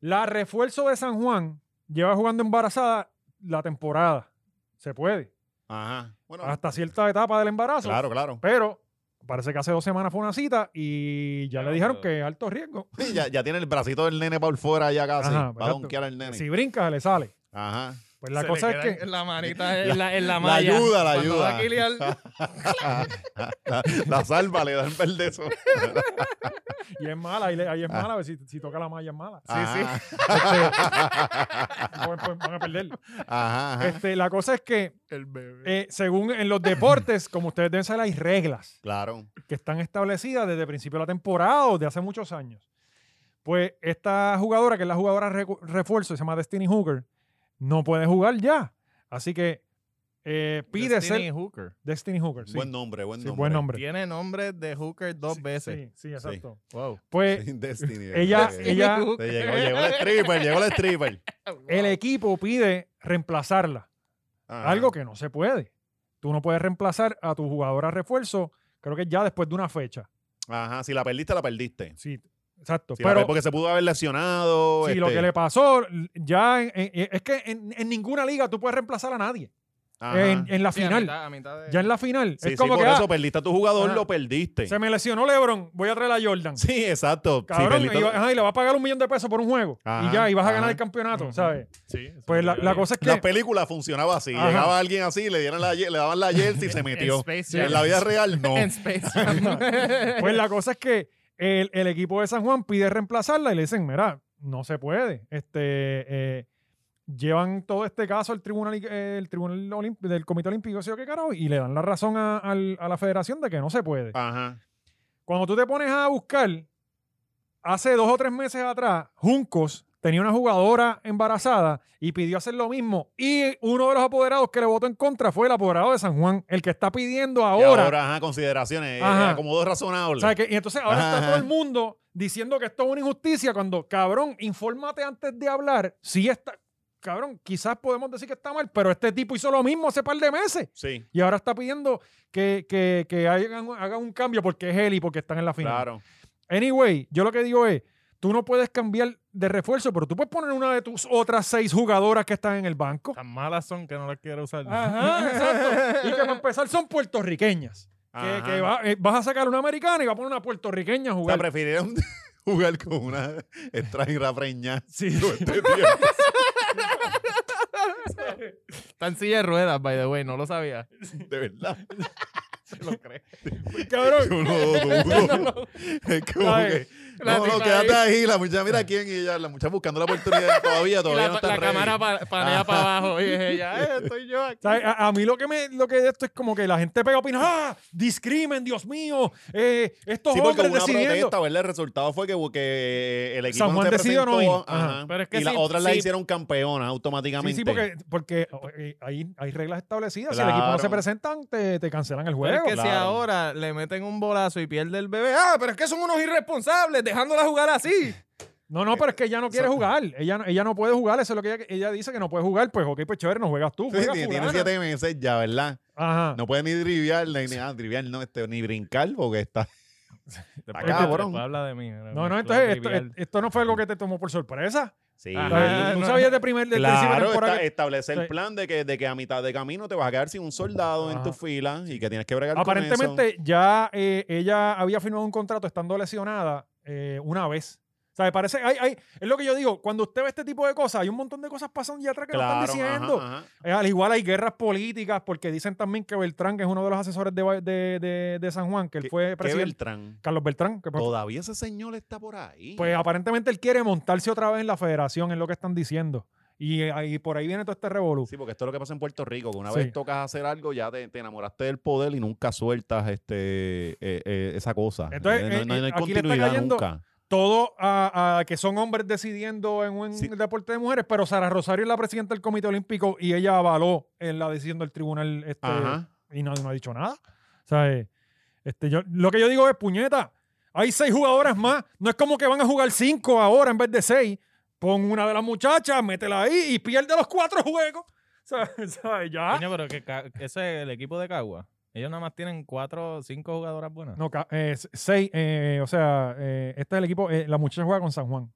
La refuerzo de San Juan lleva jugando embarazada la temporada. Se puede. Ajá. Bueno, Hasta cierta etapa del embarazo. Ah. claro, claro. Pero parece que hace dos semanas fue una cita y ya Claro, le dijeron pero- que alto riesgo. Sí, ya, ya tiene el bracito del nene por fuera ya casi. Ajá, va a exacto. donkear al nene. Si brinca, se le sale. Ajá. [laughs] Pues la Se le cosa es queda que. en La manita en La- la, en la la malla. ayuda, la Cuando va a ayuda. [laughs] quilear, la, la salva le da el [laughs] verdezo. Y es mala, y le- ahí es Ah. mala, pues, si, si toca la malla es mala. Ah. Ajá. Pues, pues, van a perder. Ajá. [laughs] ajá. Este, la cosa es que, el bebé. eh, según en los deportes, como ustedes deben saber, hay reglas Claro. que están establecidas desde el principio de la temporada o de hace muchos años. Pues esta jugadora, que es la jugadora recu- refuerzo, se llama Destiny Hooker, no puede jugar ya. Así que eh, pide ser. Destiny Hooker. Destiny Hooker, sí. Buen nombre, buen Sí, nombre. buen [laughs] nombre. Tiene nombre de Hooker dos Sí, veces. Sí, sí, exacto. Wow. Pues Sí, Destiny. Ella- Sí. Destiny ella- Te Hooker. llegó, llegó [laughs] el stripper, llegó el stripper. Wow. el equipo pide reemplazarla, Ajá. algo que no se puede. Tú no puedes reemplazar a tu jugadora refuerzo, creo que ya después de una fecha. Ajá, si la perdiste, la perdiste. Sí, exacto. Si la Pero per- porque se pudo haber lesionado. si lo este, que le pasó, l- ya en- en- en- es que en, en ninguna liga tú puedes reemplazar a nadie. ajá. eh, En, en la Sí, a final, mitad- a mitad de- ya en la final. Sí, es sí, como por que ah, eso perdiste a tu jugador, Ajá. lo perdiste. se me lesionó LeBron, voy a traer a Jordan. Sí, exacto. Si Cabrón, perdiste- y, va- ajá, y le vas a pagar un millón de pesos por un juego. Ajá, y ya, y vas a ajá. ganar el campeonato, Ujú. ¿sabes? Sí, eso Pues la, me la llegó. cosa [laughs] es que... La película funcionaba así. Ajá. Llegaba alguien así, le, dieron la, ye- le daban la jersey y se metió. Space Jam. En la vida real, no. [laughs] En Space Jam. [laughs] [laughs] Pues la cosa es que el, el equipo de San Juan pide reemplazarla y le dicen, mira, no se puede. Este, eh, llevan todo este caso al tribunal, i- eh, el tribunal Olim- del Comité Olímpico, ¿sí o qué carajo, y le dan la razón a, al- a la federación de que no se puede. Ajá. Cuando tú te pones a buscar, hace dos o tres meses atrás, Juncos tenía una jugadora embarazada y pidió hacer lo mismo. Y uno de los apoderados que le votó en contra fue el apoderado de San Juan, el que está pidiendo Y Ahora, ahora ajá, consideraciones. eh, Ajá. Acomodo razonable. O sea, que- y entonces ahora Ajá, está ajá. todo el mundo diciendo que esto es una injusticia cuando, cabrón, infórmate antes de hablar. Si está, cabrón, quizás podemos decir que está mal, pero este tipo hizo lo mismo hace par de meses. sí, Y ahora está pidiendo que, que, que hagan, hagan un cambio porque es él y porque están en la final. claro. Anyway, yo lo que digo es, Tú no puedes cambiar de refuerzo, pero tú puedes poner una de tus otras seis jugadoras que están en el banco. Tan malas son que no las quiero usar. Ajá, exacto. Y que para empezar son puertorriqueñas. Que, Ajá. que va- eh, vas a sacar una americana y vas a poner una puertorriqueña a O sea, jugar. prefirieron [laughs] jugar con una extranjera preñada. Sí, todo sí. este tiempo. Está en silla de ruedas, by the way, no lo sabía. De verdad. Se lo cree. cabrón. Yo no lo dudo. Es como Ay, que. la No, no, tipa quédate ahí. La muchacha, mira quién. Y ella, la muchacha buscando la oportunidad todavía, Y todavía la, no está la ready. cámara pa- panea para abajo. Y es [laughs] ella, eh, estoy yo aquí. ¿Sabes? A, a mí lo que me lo que esto es como que la gente pega opina, ¡ah! Discrimen, Dios mío, eh, estos Sí, porque hombres hubo una decidiendo. protesta, ¿verdad? El resultado fue que, que el equipo San Juan no se decidió presentó. no ir. ajá. Ajá. Pero es que y las sí, otras la sí. hicieron campeona automáticamente. Sí, sí, [laughs] porque, porque eh, hay, hay reglas establecidas. Si el equipo no Claro. se presentan, te, te cancelan el Pero juego. es que si claro. ahora le meten un bolazo y pierde el bebé, ah, pero es que son unos irresponsables dejándola jugar así. No, no, pero es que ella no quiere Exacto. jugar. Ella, no- ella no puede jugar. Eso es lo que ella, ella dice que no puede jugar. Pues, ok, pues chévere, no juegas tú. Sí, juega tiene- fulana. Ah. tiene siete meses ya, ¿verdad? Ajá. No puede ni driviar, ni, ni- ah, driviar no, este, ni brincar, porque está. Después Acá, te- cabrón. después habla de mí. Ah, No, no, entonces esto, esto no fue algo que te tomó por sorpresa. Sí. Ajá, ¿Tú no. sabías de primer, de principio de Claro, temporada esta- que- establecer Sí. el plan de que, de que a mitad de camino te vas a quedar sin un soldado en Ajá. tu fila y que tienes que bregar con eso. Aparentemente ya eh, ella había firmado un contrato estando lesionada eh, una vez. O sea, me parece, hay, hay- es lo que yo digo, cuando usted ve este tipo de cosas, hay un montón de cosas pasando ya atrás que no Claro, están diciendo. ajá, ajá. Eh, al igual hay guerras políticas, porque dicen también que Beltrán, que es uno de los asesores de, Ba- de- de- de San Juan, que él ¿Qué- fue qué presidente, Beltrán? Carlos Beltrán, que por- Todavía ese señor está por ahí. pues aparentemente él quiere montarse otra vez en la federación, es lo que están diciendo. Y, eh, ahí por ahí viene todo este revolú. Sí, porque esto es lo que pasa en Puerto Rico, que una Sí. vez tocas hacer algo, ya te, te enamoraste del poder y nunca sueltas este, eh, eh, esa cosa. Entonces, Eh, no, eh, no- no eh, hay aquí le está continuidad cayendo- nunca. todo a, a que son hombres decidiendo en un Sí. deporte de mujeres, pero Sara Rosario es la presidenta del Comité Olímpico y ella avaló en la decisión del tribunal este, Ajá. y no, no ha dicho nada. O sea, eh, este, yo, lo que yo digo es, puñeta, hay seis jugadoras más, no es como que van a jugar cinco ahora en vez de seis. Pon una de las muchachas, métela ahí y pierde los cuatro juegos. O sea, [laughs] o sea, ya. Coño, pero que ca- ese es el equipo de Cagua. Ellos nada más tienen cuatro o cinco jugadoras buenas. No, ca- eh, seis, eh, o sea, eh, este es el equipo, eh, la muchacha juega con San Juan.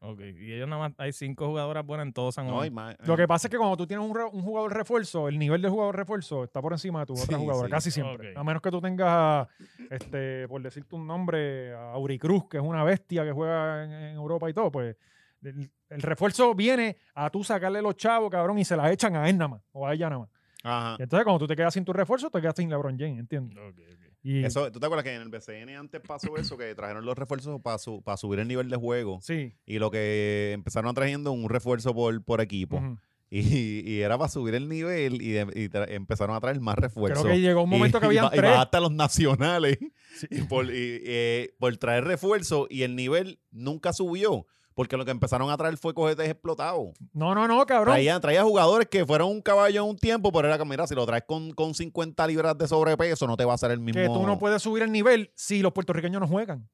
Ok, Y ellos nada más hay cinco jugadoras buenas en todo San No hay Juan. más. eh. Lo que pasa es que cuando tú tienes un, re- un jugador refuerzo, el nivel de jugador refuerzo está por encima de tu otra Sí, jugadora, sí. casi siempre. Ok. A menos que tú tengas, a, este, por decirte un nombre, a Auricruz, que es una bestia que juega en, en Europa y todo, pues el, el refuerzo viene a tú sacarle los chavos, cabrón, y se la echan a él nada más, o a ella nada más. Ajá. Y entonces cuando tú te quedas sin tu refuerzo, te quedas sin LeBron James, ¿entiendes? Ok, ok. Y, Eso, ¿Tú te acuerdas que en el BCN antes pasó eso, que trajeron los refuerzos para para subir el nivel de juego? Sí. Y lo que empezaron trayendo un refuerzo por, por equipo. ujú. y, y era para subir el nivel y, de- y tra- empezaron a traer más refuerzos. Creo que llegó un momento pues, que y, [laughs] y habían ba- y tres. baja hasta los nacionales [laughs] Sí. y por, y, eh, por traer refuerzo y el nivel nunca subió. Porque lo que empezaron a traer fue cohetes explotados. No, no, no, cabrón. Traía, traía jugadores que fueron un caballo en un tiempo, pero era que, mira, si lo traes con, con 50 libras de sobrepeso, no te va a hacer el mismo. que tú no puedes subir el nivel si los puertorriqueños no juegan.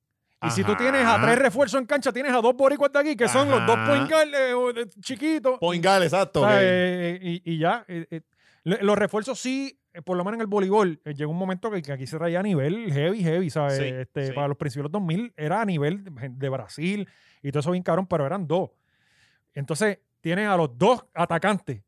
Y si tú tienes a Ajá. tres refuerzos en cancha, tienes a dos boricuas de aquí, que son los dos Ajá. point guard, eh, o de- chiquitos. Poingal, exacto. O sea, que- eh, eh, y, y ya. eh, eh, le- los refuerzos sí, eh, por lo menos en el voleibol, eh, llegó un momento que, que aquí se traía a nivel heavy, heavy, ¿sabes? Sí, este, sí. Para los principios de los 2000 era a nivel de, de Brasil y todo eso bien cabrón, pero eran dos. Entonces, tienes a los dos atacantes.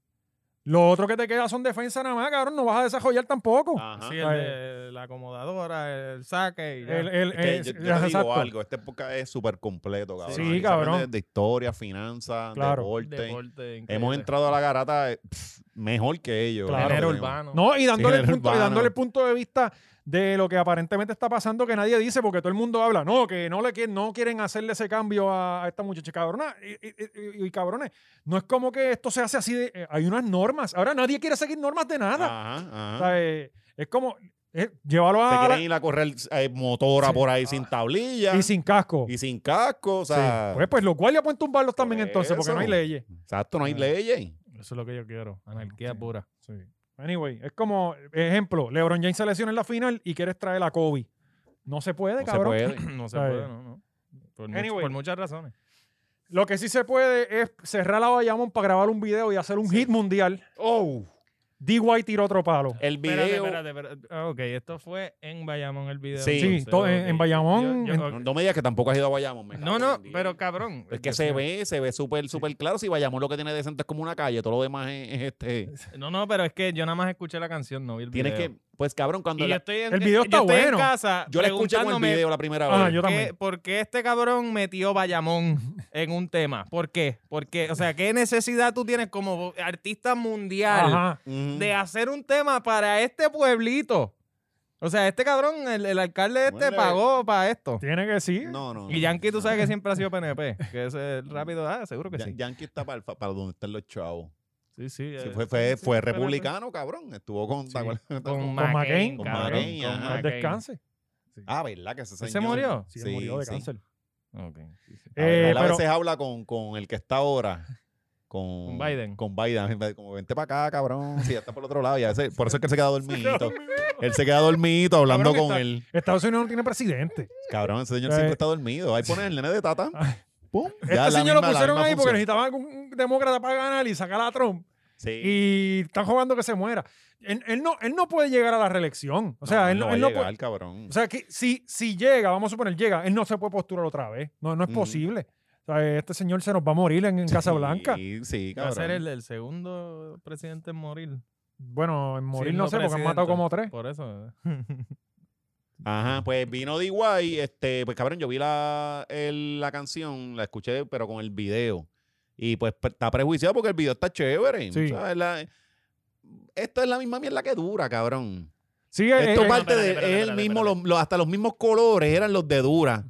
Lo otro que te queda son defensa nada más, cabrón, no vas a desarrollar tampoco. Ajá. Sí, el de la acomodadora, el saque y ya. El- el- Es que eh, yo, yo te ajá, digo exacto. algo, esta época es súper completo, cabrón. Sí, Aquí se aprende cabrón. De, historia, finanzas, Claro. deporte. Deporte, Hemos increíble. entrado a la garata eh, pff, mejor que ellos. Claro. Género Género tenemos. urbano. No, y dándole, el [laughs] género punto, y urbano. dándole el punto de vista de lo que aparentemente está pasando que nadie dice porque todo el mundo habla, no, que no le quieren, no quieren hacerle ese cambio a, a esta muchacha cabrona y, y- y- y cabrones. No es como que esto se hace así, de- eh, hay unas normas. Ahora nadie quiere seguir normas de nada. Ajá, ajá. O sea, eh, es como eh, llévalo Se a la- quieren ir a correr eh, motora Sí. por ahí sin tablilla y sin casco. Ah. y sin casco. O Sí. sea, Pues, pues los guardias pueden tumbarlos por también entonces porque no hay eso. leyes. exacto, no hay Ah. leyes. Eso es lo que yo quiero. Anarquía Sí. pura. Sí. Anyway, es como, ejemplo, LeBron James se lesiona en la final y quieres traer a Kobe. No se puede, No se cabrón. [laughs] puede. No se Está puede, bien. no, no. Por, much- Anyway. por muchas razones. Lo que sí se puede es cerrar la Bayamón para grabar un video y hacer un hit mundial. Oh, DY tiró otro palo. El video. Espérate, espérate, espérate. Ah, ok, esto fue en Bayamón el video. Sí. Sí, todo en- ok. en Bayamón, Yo- en- yo- No, no me digas que tampoco has ido a Bayamón. me No, cago no, en diez. pero cabrón. Es que se ve, se ve súper, súper claro. Si Bayamón lo que tiene decente es como una calle, todo lo demás es, es este. No, no, pero es que yo nada más escuché la canción, no vi el Tienes video. que. Pues cabrón, cuando Y yo la- estoy en, El video yo está estoy en bueno. casa yo la escuché con el preguntándome video la primera Ah, vez. yo ¿Por qué, también. por qué este cabrón metió Bayamón en un tema? ¿Por qué? ¿Por qué? O sea, ¿qué necesidad tú tienes como artista mundial Ajá. Mm. de hacer un tema para este pueblito? O sea, este cabrón, el, el alcalde de este Bueno, pagó para esto. Tiene que sí. No, no. Y Yankee, tú sabes que siempre ha [laughs] sido PNP. Que ese es rápido, ah, seguro que Ya- sí. Yankee está para, para donde están los chavos. Sí, sí. Sí, eh, fue fue, sí, fue PNP. republicano, cabrón. Estuvo con. Sí, ¿te acuerdas? McCain, Con McCain, con cabrón, McCain, con ajá. Al McCain. Pues descanse. Ah, ¿verdad? Que ese ¿Él se señor. murió? Sí, él murió de cáncer. Ok. A, ver, Eh, él a pero- veces habla con, con el que está ahora. Con, Con Biden. Con Biden. Como vente para acá, cabrón. Si ya está por el otro lado. Ya ese- por eso es que él [laughs] se queda dormidito. él se queda dormidito hablando Cabrón, con está- él. Estados Unidos no tiene presidente. Cabrón, ese señor Eh. siempre está dormido. Ahí pones el nene de Tata. Pum. este señor lo pusieron ahí porque necesitaban algún demócrata para ganar y sacar a Trump. Sí. Y están jugando que se muera. Él, él no, él no puede llegar a la reelección. O sea, él, no- va él no a llegar, puede. cabrón. O sea, que si, si llega, vamos a suponer, llega, él no se puede postular otra vez. No, no es Ujú. posible. O sea, este señor se nos va a morir en, en Casa Blanca. Sí, sí, Ah, Va a ser cabrón. el, el segundo presidente en morir. Bueno, en morir no Siendo sé, porque han presidente. matado como tres. Por eso. eh. Ajá, pues vino DY, este, pues cabrón, yo vi la, el- la canción, la escuché, pero con el video. Y pues pre- está prejuiciado porque el video está chévere. Sí. ¿sabes? La- esto es la misma mierda que dura, cabrón. Sí, eh, Esto eh, parte espérate, de espérate, es el espérate, mismo, espérate. los- los- hasta los mismos colores eran los de dura.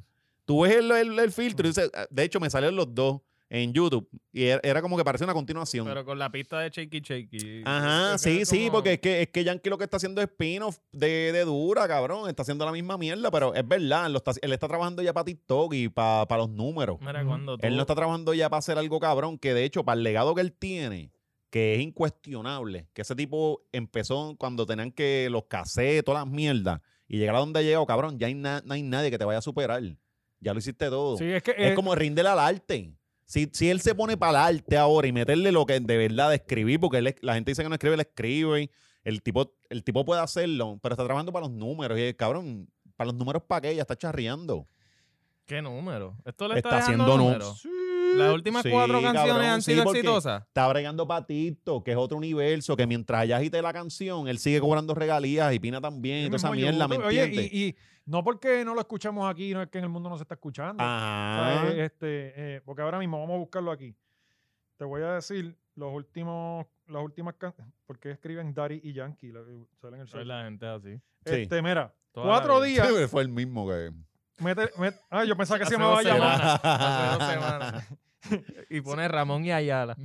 Tú ves el, el- el filtro y dices, ah, de hecho me salieron los dos en YouTube y era, era como que parecía una continuación. Pero con la pista de Shaky Shaky. Ajá, Es que sí, es sí, como- porque es que, es que Yankee lo que está haciendo es spin-off de, de dura, cabrón. Está haciendo la misma mierda, pero es verdad, lo está- él está trabajando ya para TikTok y para los números. Mira, Ujú. cuando tú- Él no está trabajando ya para hacer algo cabrón, que de hecho, para el legado que él tiene, que es incuestionable, que ese tipo empezó cuando tenían que los cassettes, todas las mierdas, y llegar a donde ha llegado, cabrón, ya hay na- no hay nadie que te vaya a superar. Ya lo hiciste todo. sí, es que Es eh, como rinde al arte. Si, si él se pone para el arte ahora y meterle lo que de verdad de escribir, porque él es- la gente dice que no escribe, él escribe. El tipo, el tipo puede hacerlo, pero está trabajando para los números. Y el cabrón, para los números para qué, ya está charreando. ¿Qué número? Esto le Está está, dejando haciendo nu- números. Las últimas Sí, cuatro canciones cabrón, han sí, sido porque- exitosas. Está bregando patito, que es otro universo, que mientras allá agite la canción, él sigue cobrando regalías y Pina también. y toda esa mismo mierda, ¿me YouTube. Oye, entiendes? y, y no porque no lo escuchamos aquí, no es que en el mundo no se está escuchando. Ah. Ajá. [laughs] Eh, Este, eh, porque ahora mismo vamos a buscarlo aquí. Te voy a decir los últimos, las últimas canciones. ¿Por qué escriben Daddy y Yankee? La- salen el Soy search. la gente así. Sí. Este, mira, Toda la cuatro vida. [laughs] días. Fue el mismo que. mete- met- ah, yo pensaba que se Hace llamaba dos Yamada. semanas. Hace Ah. dos semanas. [laughs] y pone Ramón y Ayala.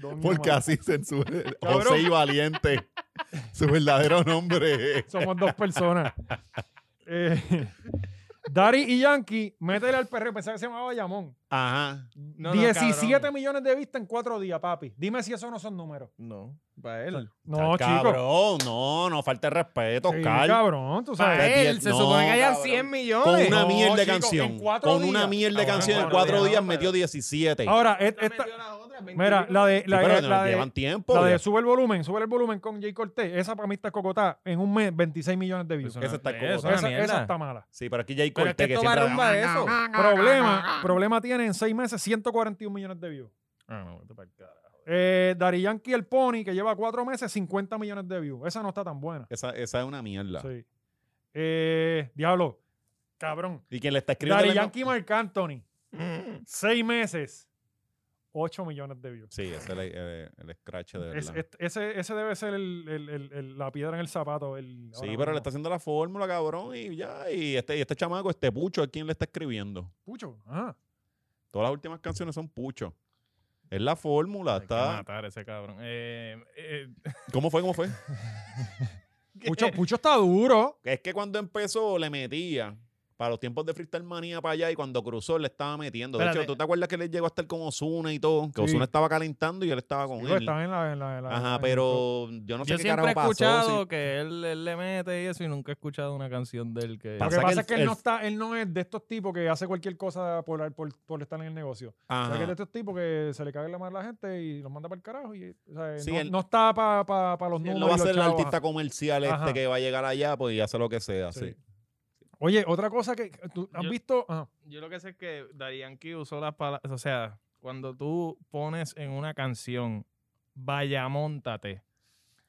Don Porque Yamada. [laughs] así censura Cabrón. José y Valiente. Su verdadero nombre. Somos dos [laughs] personas. Eh, [laughs] Daddy y Yankee, métele al perreo. Pensaba que se llamaba Yamón. Ajá. No, no, 17 cabrón. millones de vistas en cuatro días, papi. Dime si eso no son números. No, para él. No, chico. cabrón, no, no falta el respeto, Sí, Carl. cabrón, tú Para sabes. Diez- él. Se no, supone que hayan cabrón. 100 Con millones. una No, mierda de chico, en canción. cuatro con una días. mierda Ah, de bueno, canción. En cuatro cuatro días, días no, metió pero- 17. Ahora, et- esta, mira, la de, Sí, Ah, la, pero de- la de- llevan tiempo. la ya. de sube el volumen, sube el volumen con Jay Cortés. Esa para mí está cocotá. En un mes, 26 millones de views. Eso no- Esa está eso como- es una esa, esa mierda. está mala. Sí, pero aquí ya hay Pero es corte que que, esto va siempre. rumba de eso. Problema, problema tiene en seis meses 141 millones de views. Ah, no, vete pa'l carajo. Eh, Dari Yankee el Pony, que lleva cuatro meses, 50 millones de views. Esa no está tan buena. Esa, esa es una mierda. Sí. Eh, diablo, cabrón. Y quien le está escribiendo. Dari la- Yankee Marc Anthony, seis meses, 8 millones de views. Sí, ese es el, el- el scratch de Es- este, verdad. es- ese, ese debe ser el- el- el- el- la piedra en el zapato. el- ahora sí, pero le mismo. está haciendo la fórmula, cabrón. Y ya, y este, y este chamaco, este pucho, es quien le está escribiendo. Pucho, ajá. Todas las últimas canciones son pucho. Es la fórmula. Hay que Está... matar a ese cabrón. Eh, eh, ¿Cómo fue? ¿Cómo [laughs] fue? Pucho, Pucho está duro. Es que cuando empezó le metía, para los tiempos de Freestyle Manía para allá y cuando cruzó le estaba metiendo. De Espérate. hecho, ¿tú te acuerdas que él llegó a estar con Osuna y todo? Que Sí. Osuna estaba calentando y él estaba con Digo, él. estaba en la- en la- en la- en Ajá, el grupo. pero yo no sé pues, Yo qué siempre carajo he pasó. escuchado sí. que él, él le mete y eso, y nunca he escuchado una canción de él que. Lo que pasa que pasa el- es que él el- no está, él no es de estos tipos que hace cualquier cosa por, por, por estar en el negocio. O sea, que Ajá. es de estos tipos que se le caga la mano a la gente y los manda para el carajo. Y, o sea, Sí, no, él- no está para los Él números. no va y a los ser el chavos. artista comercial este Ajá. que va a llegar allá, pues y hace lo que sea. Sí. Sí. Oye, otra cosa que tú has Yo- visto. Ajá. Yo lo que sé es que Darianki usó las palabras. O sea, cuando tú pones en una canción, vaya, montate.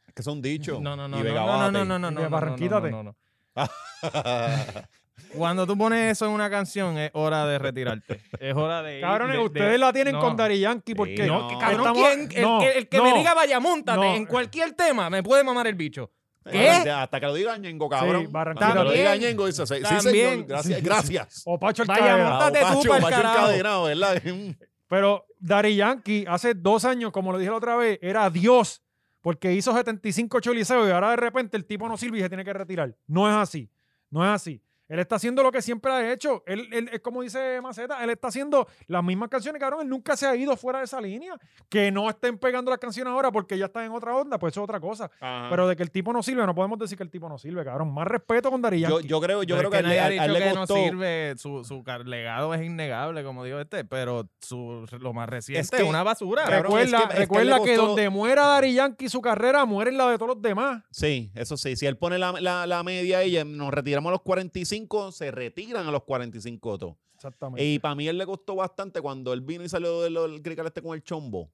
Es que son dichos. No, no, no. Y no, Vega no, no, Bate. no, no, no, Y no, no, Barranquítate. no, no, no. [laughs] Cuando tú pones eso en una canción, es hora de retirarte. Es hora de. ir- Cabrones, de- de- ustedes la tienen no. con Dari Yankee porque. Sí, No, que No. cabrón, Estamos- ¿quién? El, no, que- el que no, me diga vaya, montate no. en cualquier tema, me puede mamar el bicho. ¿Qué? Hasta, hasta que lo diga Ñengo, cabrón. Barranquita. Hasta que lo diga También. Ñengo, dice, sí, sí, También. señor, gracias. gracias. O Oh, Pacho el Vaya, Cabrera. montate Ah, tú Pacho, pa'l Pacho carajo. encadenado, ¿verdad? [laughs] Pero Dari Yankee hace dos años, como lo dije la otra vez, era Dios. Porque hizo 75 choliseos y ahora de repente el tipo no sirve y se tiene que retirar. No es así. No es así. Él está haciendo lo que siempre ha hecho. Él, él- es como dice Maceta, él está haciendo las mismas canciones, cabrón. Él nunca se ha ido fuera de esa línea. Que no estén pegando las canciones ahora porque ya están en otra onda, pues eso es otra cosa. Ah. Pero de que el tipo no sirve, no podemos decir que el tipo no sirve, cabrón. Más respeto con Dari yo, Yankee. yo creo, yo Pero creo es que, a él nadie le- ha a él dicho le que costó. no sirve, su, su car- legado es innegable, como digo este, pero su, lo más reciente es que- una basura. este, Cabrón, recuerda es que- es que recuerda le que, costó- donde muera Dari Yankee su carrera, muere la de todos los demás. Sí, eso sí. Si él pone la, la, la media y nos retiramos a los 45, se retiran a los 45 todos. Exactamente. Y para mí él le costó bastante cuando él vino y salió del del crical este con el chombo.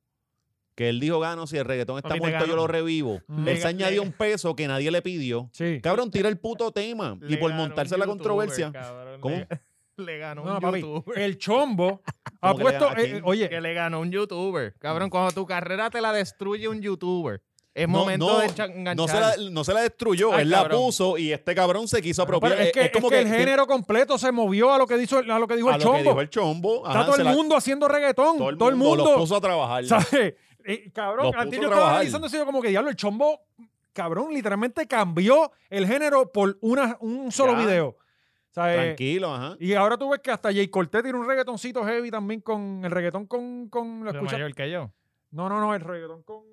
Que él dijo, gano, si el reggaetón está Papi, te muerto, yo gano". lo revivo. Mm. Él se Le- añadió le- un peso que nadie le pidió. sí. Cabrón, tira el puto tema. Y Le por ganó un montarse la youtuber, controversia. cabrón, ¿Cómo? Le, le ganó No, un papi, youtuber. El [laughs] chombo ha que le puesto. gana a eh, quién? oye, Que le ganó un youtuber. Cabrón, cuando tu carrera te la destruye un youtuber. Es Mm. No, momento no, de encha- enganchar. No se, la, no se la destruyó, Ay, él cabrón. la puso y este cabrón se quiso pero apropiar. es que, es que el tiene- género completo se movió a lo que dijo, a lo que dijo a el lo que chombo. dijo el chombo. Está ajá, todo se el la- mundo haciendo reggaetón. todo el mundo los puso a trabajar. ¿Sabes? [laughs] Eh, cabrón, Los antes yo puso a estaba trabajar. analizando eso y yo como que diablo, el chombo, cabrón, literalmente cambió el género por una, un solo Ya. video. ¿Sabes? Tranquilo, ajá. Y ahora tú ves que hasta Jay Cortez tiene un reggaetoncito heavy también con el reggaetón con. con ¿lo Pero escuchas? mayor que yo. No, no, no, el reggaetón con.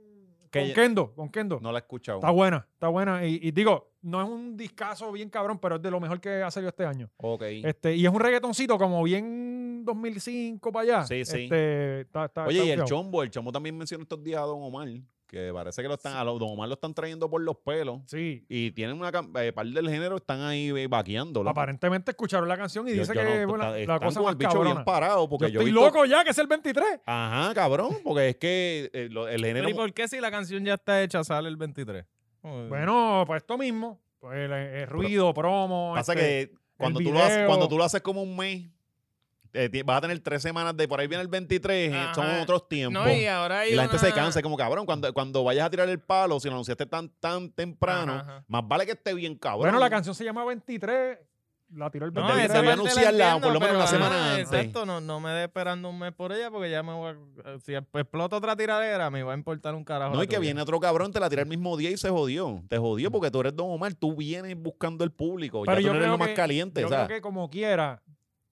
Que Con ya- Kendo, con Kendo. No la he escuchado. Está buena, está buena. Y, y digo, no es un discazo bien cabrón, pero es de lo mejor que ha salido este año. Ok. Este, y es un reggaetoncito como bien 2005 para allá. Sí, sí. Este, está- está- Oye, está y el bufiado. chombo, el chombo también mencionó estos días a Don Omar, que parece que lo están, a los- Don Omar lo están trayendo por los pelos. Sí. Y tienen una cam- eh, par del género, están ahí eh, vaqueándolo. Aparentemente escucharon la canción y Yo- dice yo que no, pues, es está- la- la están cosa con más el bicho cabrona. bien parado, porque Yo yo, he estoy visto- loco ya que es el 23. Ajá, cabrón, porque es que eh, lo- el género. Pero ¿y por qué si la canción ya está hecha sale el 23? Mm. Joder. Bueno, pues esto mismo. Pues el, el ruido, promo. Pasa este, que cuando tú, lo haces, video. cuando tú lo haces como un mes, eh, ti- vas a tener tres semanas de por ahí viene el 23, eh, son Ajá. otros tiempos. No, y y ahora hay la gente se una- cansa, es como cabrón, cuando, cuando vayas a tirar el palo, si lo anunciaste tan, tan temprano, Ajá, ajá. más vale que esté bien cabrón. Bueno, la canción se llama 23. La tiró el No, 23. esa Debió parte la anunciarla entiendo, por lo menos pero, una semana ajá, antes. Exacto, no, no me dé esperando un mes por ella porque ya me voy a... Si exploto otra tiradera, me va a importar un carajo. No, la y que tuya. viene otro cabrón, te la tira el mismo día y se jodió. Te jodió porque tú eres Don Omar, tú vienes buscando el público. Pero ya yo tú no eres creo lo más que- caliente, Yo ¿sabes? creo que como quiera,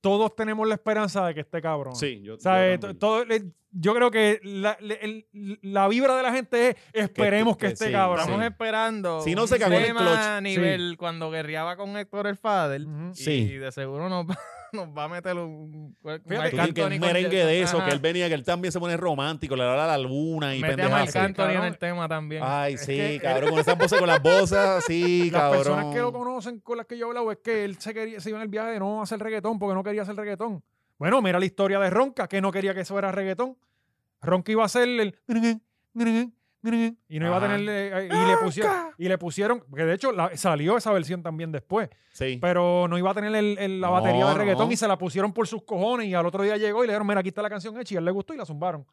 todos tenemos la esperanza de que esté cabrón. Sí, yo, O sea, eh, to- yo también. todo, le- yo creo que la, le- el- la vibra de la gente es esperemos que, que esté sí, cabrón. Estamos Sí. esperando. Si no, un se cagó en el tema clutch. a nivel cuando guerreaba con Héctor el Fader. Ujú. Sí. Y de seguro nos va, [laughs] nos va a meter un. un Fíjate, Marc Tú di que Anthony un con- merengue de eso, Ajá. que él venía, que él también se pone romántico, le da la luna y Mete a Marc pendejadas. así. Anthony en Cabrón. el tema también. Ay, sí, que- [laughs] cabrón, con esas voces, con las voces, sí, Las cabrón. personas que lo conocen con las que yo he hablado es que él se, quería, se iba en el viaje de no hacer reggaetón porque no quería hacer reggaetón. Bueno, mira la historia de Ronca, que no quería que eso era reggaetón. Ronca iba a hacer el... Y no iba Ajá. a tener... eh, Y le pusieron... Y le pusieron que de hecho la- salió esa versión también después. Sí. pero no iba a tener el- el- la No, batería de reggaetón no. y se la pusieron por sus cojones y al otro día llegó y le dijeron, mira, aquí está la canción hecha y a él le gustó y la zumbaron.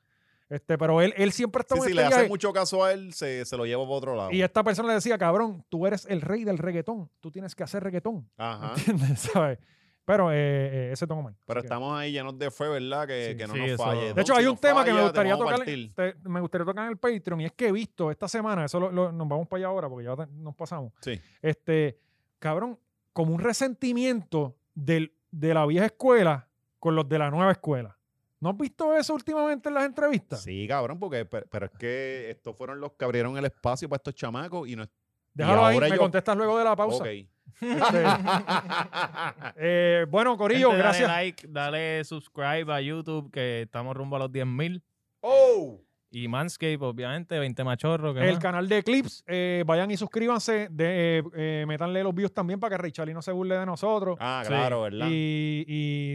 Este, pero él, él siempre Sí, estaba si en le este hace viaje, mucho caso a él, se, se lo lleva para otro lado. y esta persona le decía, cabrón, tú eres el rey del reggaetón, tú tienes que hacer reggaetón, [laughs] Ajá. ¿entiendes? ¿Sabes? Pero eh, eh, ese tomo mal. Pero Así que- estamos ahí llenos de fe, ¿verdad? Que, Sí. que no Sí, nos eso- falle. De De Don, hecho, si hay un nos tema falla, que me te gustaría vamos a tocar, partir. te- me gustaría tocar en el Patreon y es que he visto esta semana, eso lo- lo- nos vamos para allá ahora porque ya te- nos pasamos. Sí. este, cabrón, como un resentimiento del, de la vieja escuela con los de la nueva escuela. ¿No has visto eso últimamente en las entrevistas? Sí, cabrón, porque pero, pero es que estos fueron los que abrieron el espacio para estos chamacos y no Déjalo Y ahí, ahora me yo- contestas luego de la pausa. [laughs] Este, Ok. [laughs] Eh, bueno, Corillo, Gente, gracias. Dale like, dale subscribe a YouTube, que estamos rumbo a los 10.000. ¡Oh! Y Manscape, obviamente, 20 machorros. ¿qué El más? canal de Clips, eh, vayan y suscríbanse. De, eh, eh, métanle los views también para que Richard no se burle de nosotros. Ah, Sí. claro, ¿verdad? Y,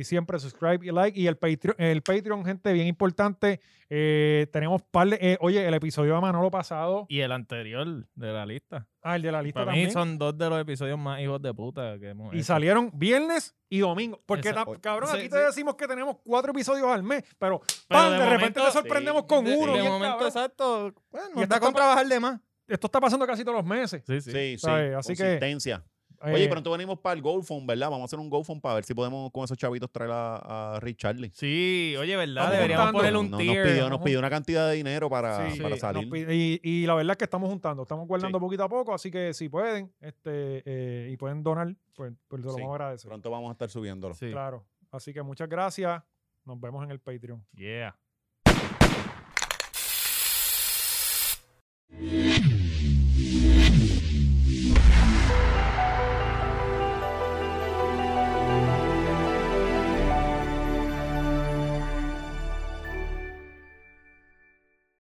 y siempre subscribe y like. Y el Patreon, el Patreon gente, bien importante. Eh, tenemos par de- eh, oye, el episodio de Manolo pasado. Y el anterior de la lista. Ah, el de la lista Para mí también. son dos de los episodios más hijos de puta que hemos Y hecho. salieron viernes y domingo. Porque, Esa- ta- cabrón, Sí, aquí sí. te decimos que tenemos cuatro episodios al mes, pero, Pero ¡pam! de, repente momento- te sorprendemos con de- uno. De, bien momento cabrón. exacto. Bueno, Y Eh, está está con compa- trabajar de más. Esto está pasando casi todos los meses. Sí, sí, sí. ¿sabes? Así que- Consistencia. Oye, Eh, pronto venimos para el GoFund, ¿verdad? Vamos a hacer un GoFund para ver si podemos con esos chavitos traer a, a Richarlie. Sí, oye, ¿verdad? Estamos Ah, Deberíamos juntando. ponerle un No, tier. Nos pidió, nos vamos. pidió una cantidad de dinero para, Sí, para sí, salir. nos pide- y, y la verdad es que estamos juntando, estamos guardando poquito a poco, así que si pueden este, eh, y pueden donar, pues, pues se lo Sí, vamos a agradecer. Pronto vamos a estar subiéndolo. Sí. Claro. Así que muchas gracias. Nos vemos en el Patreon. Yeah.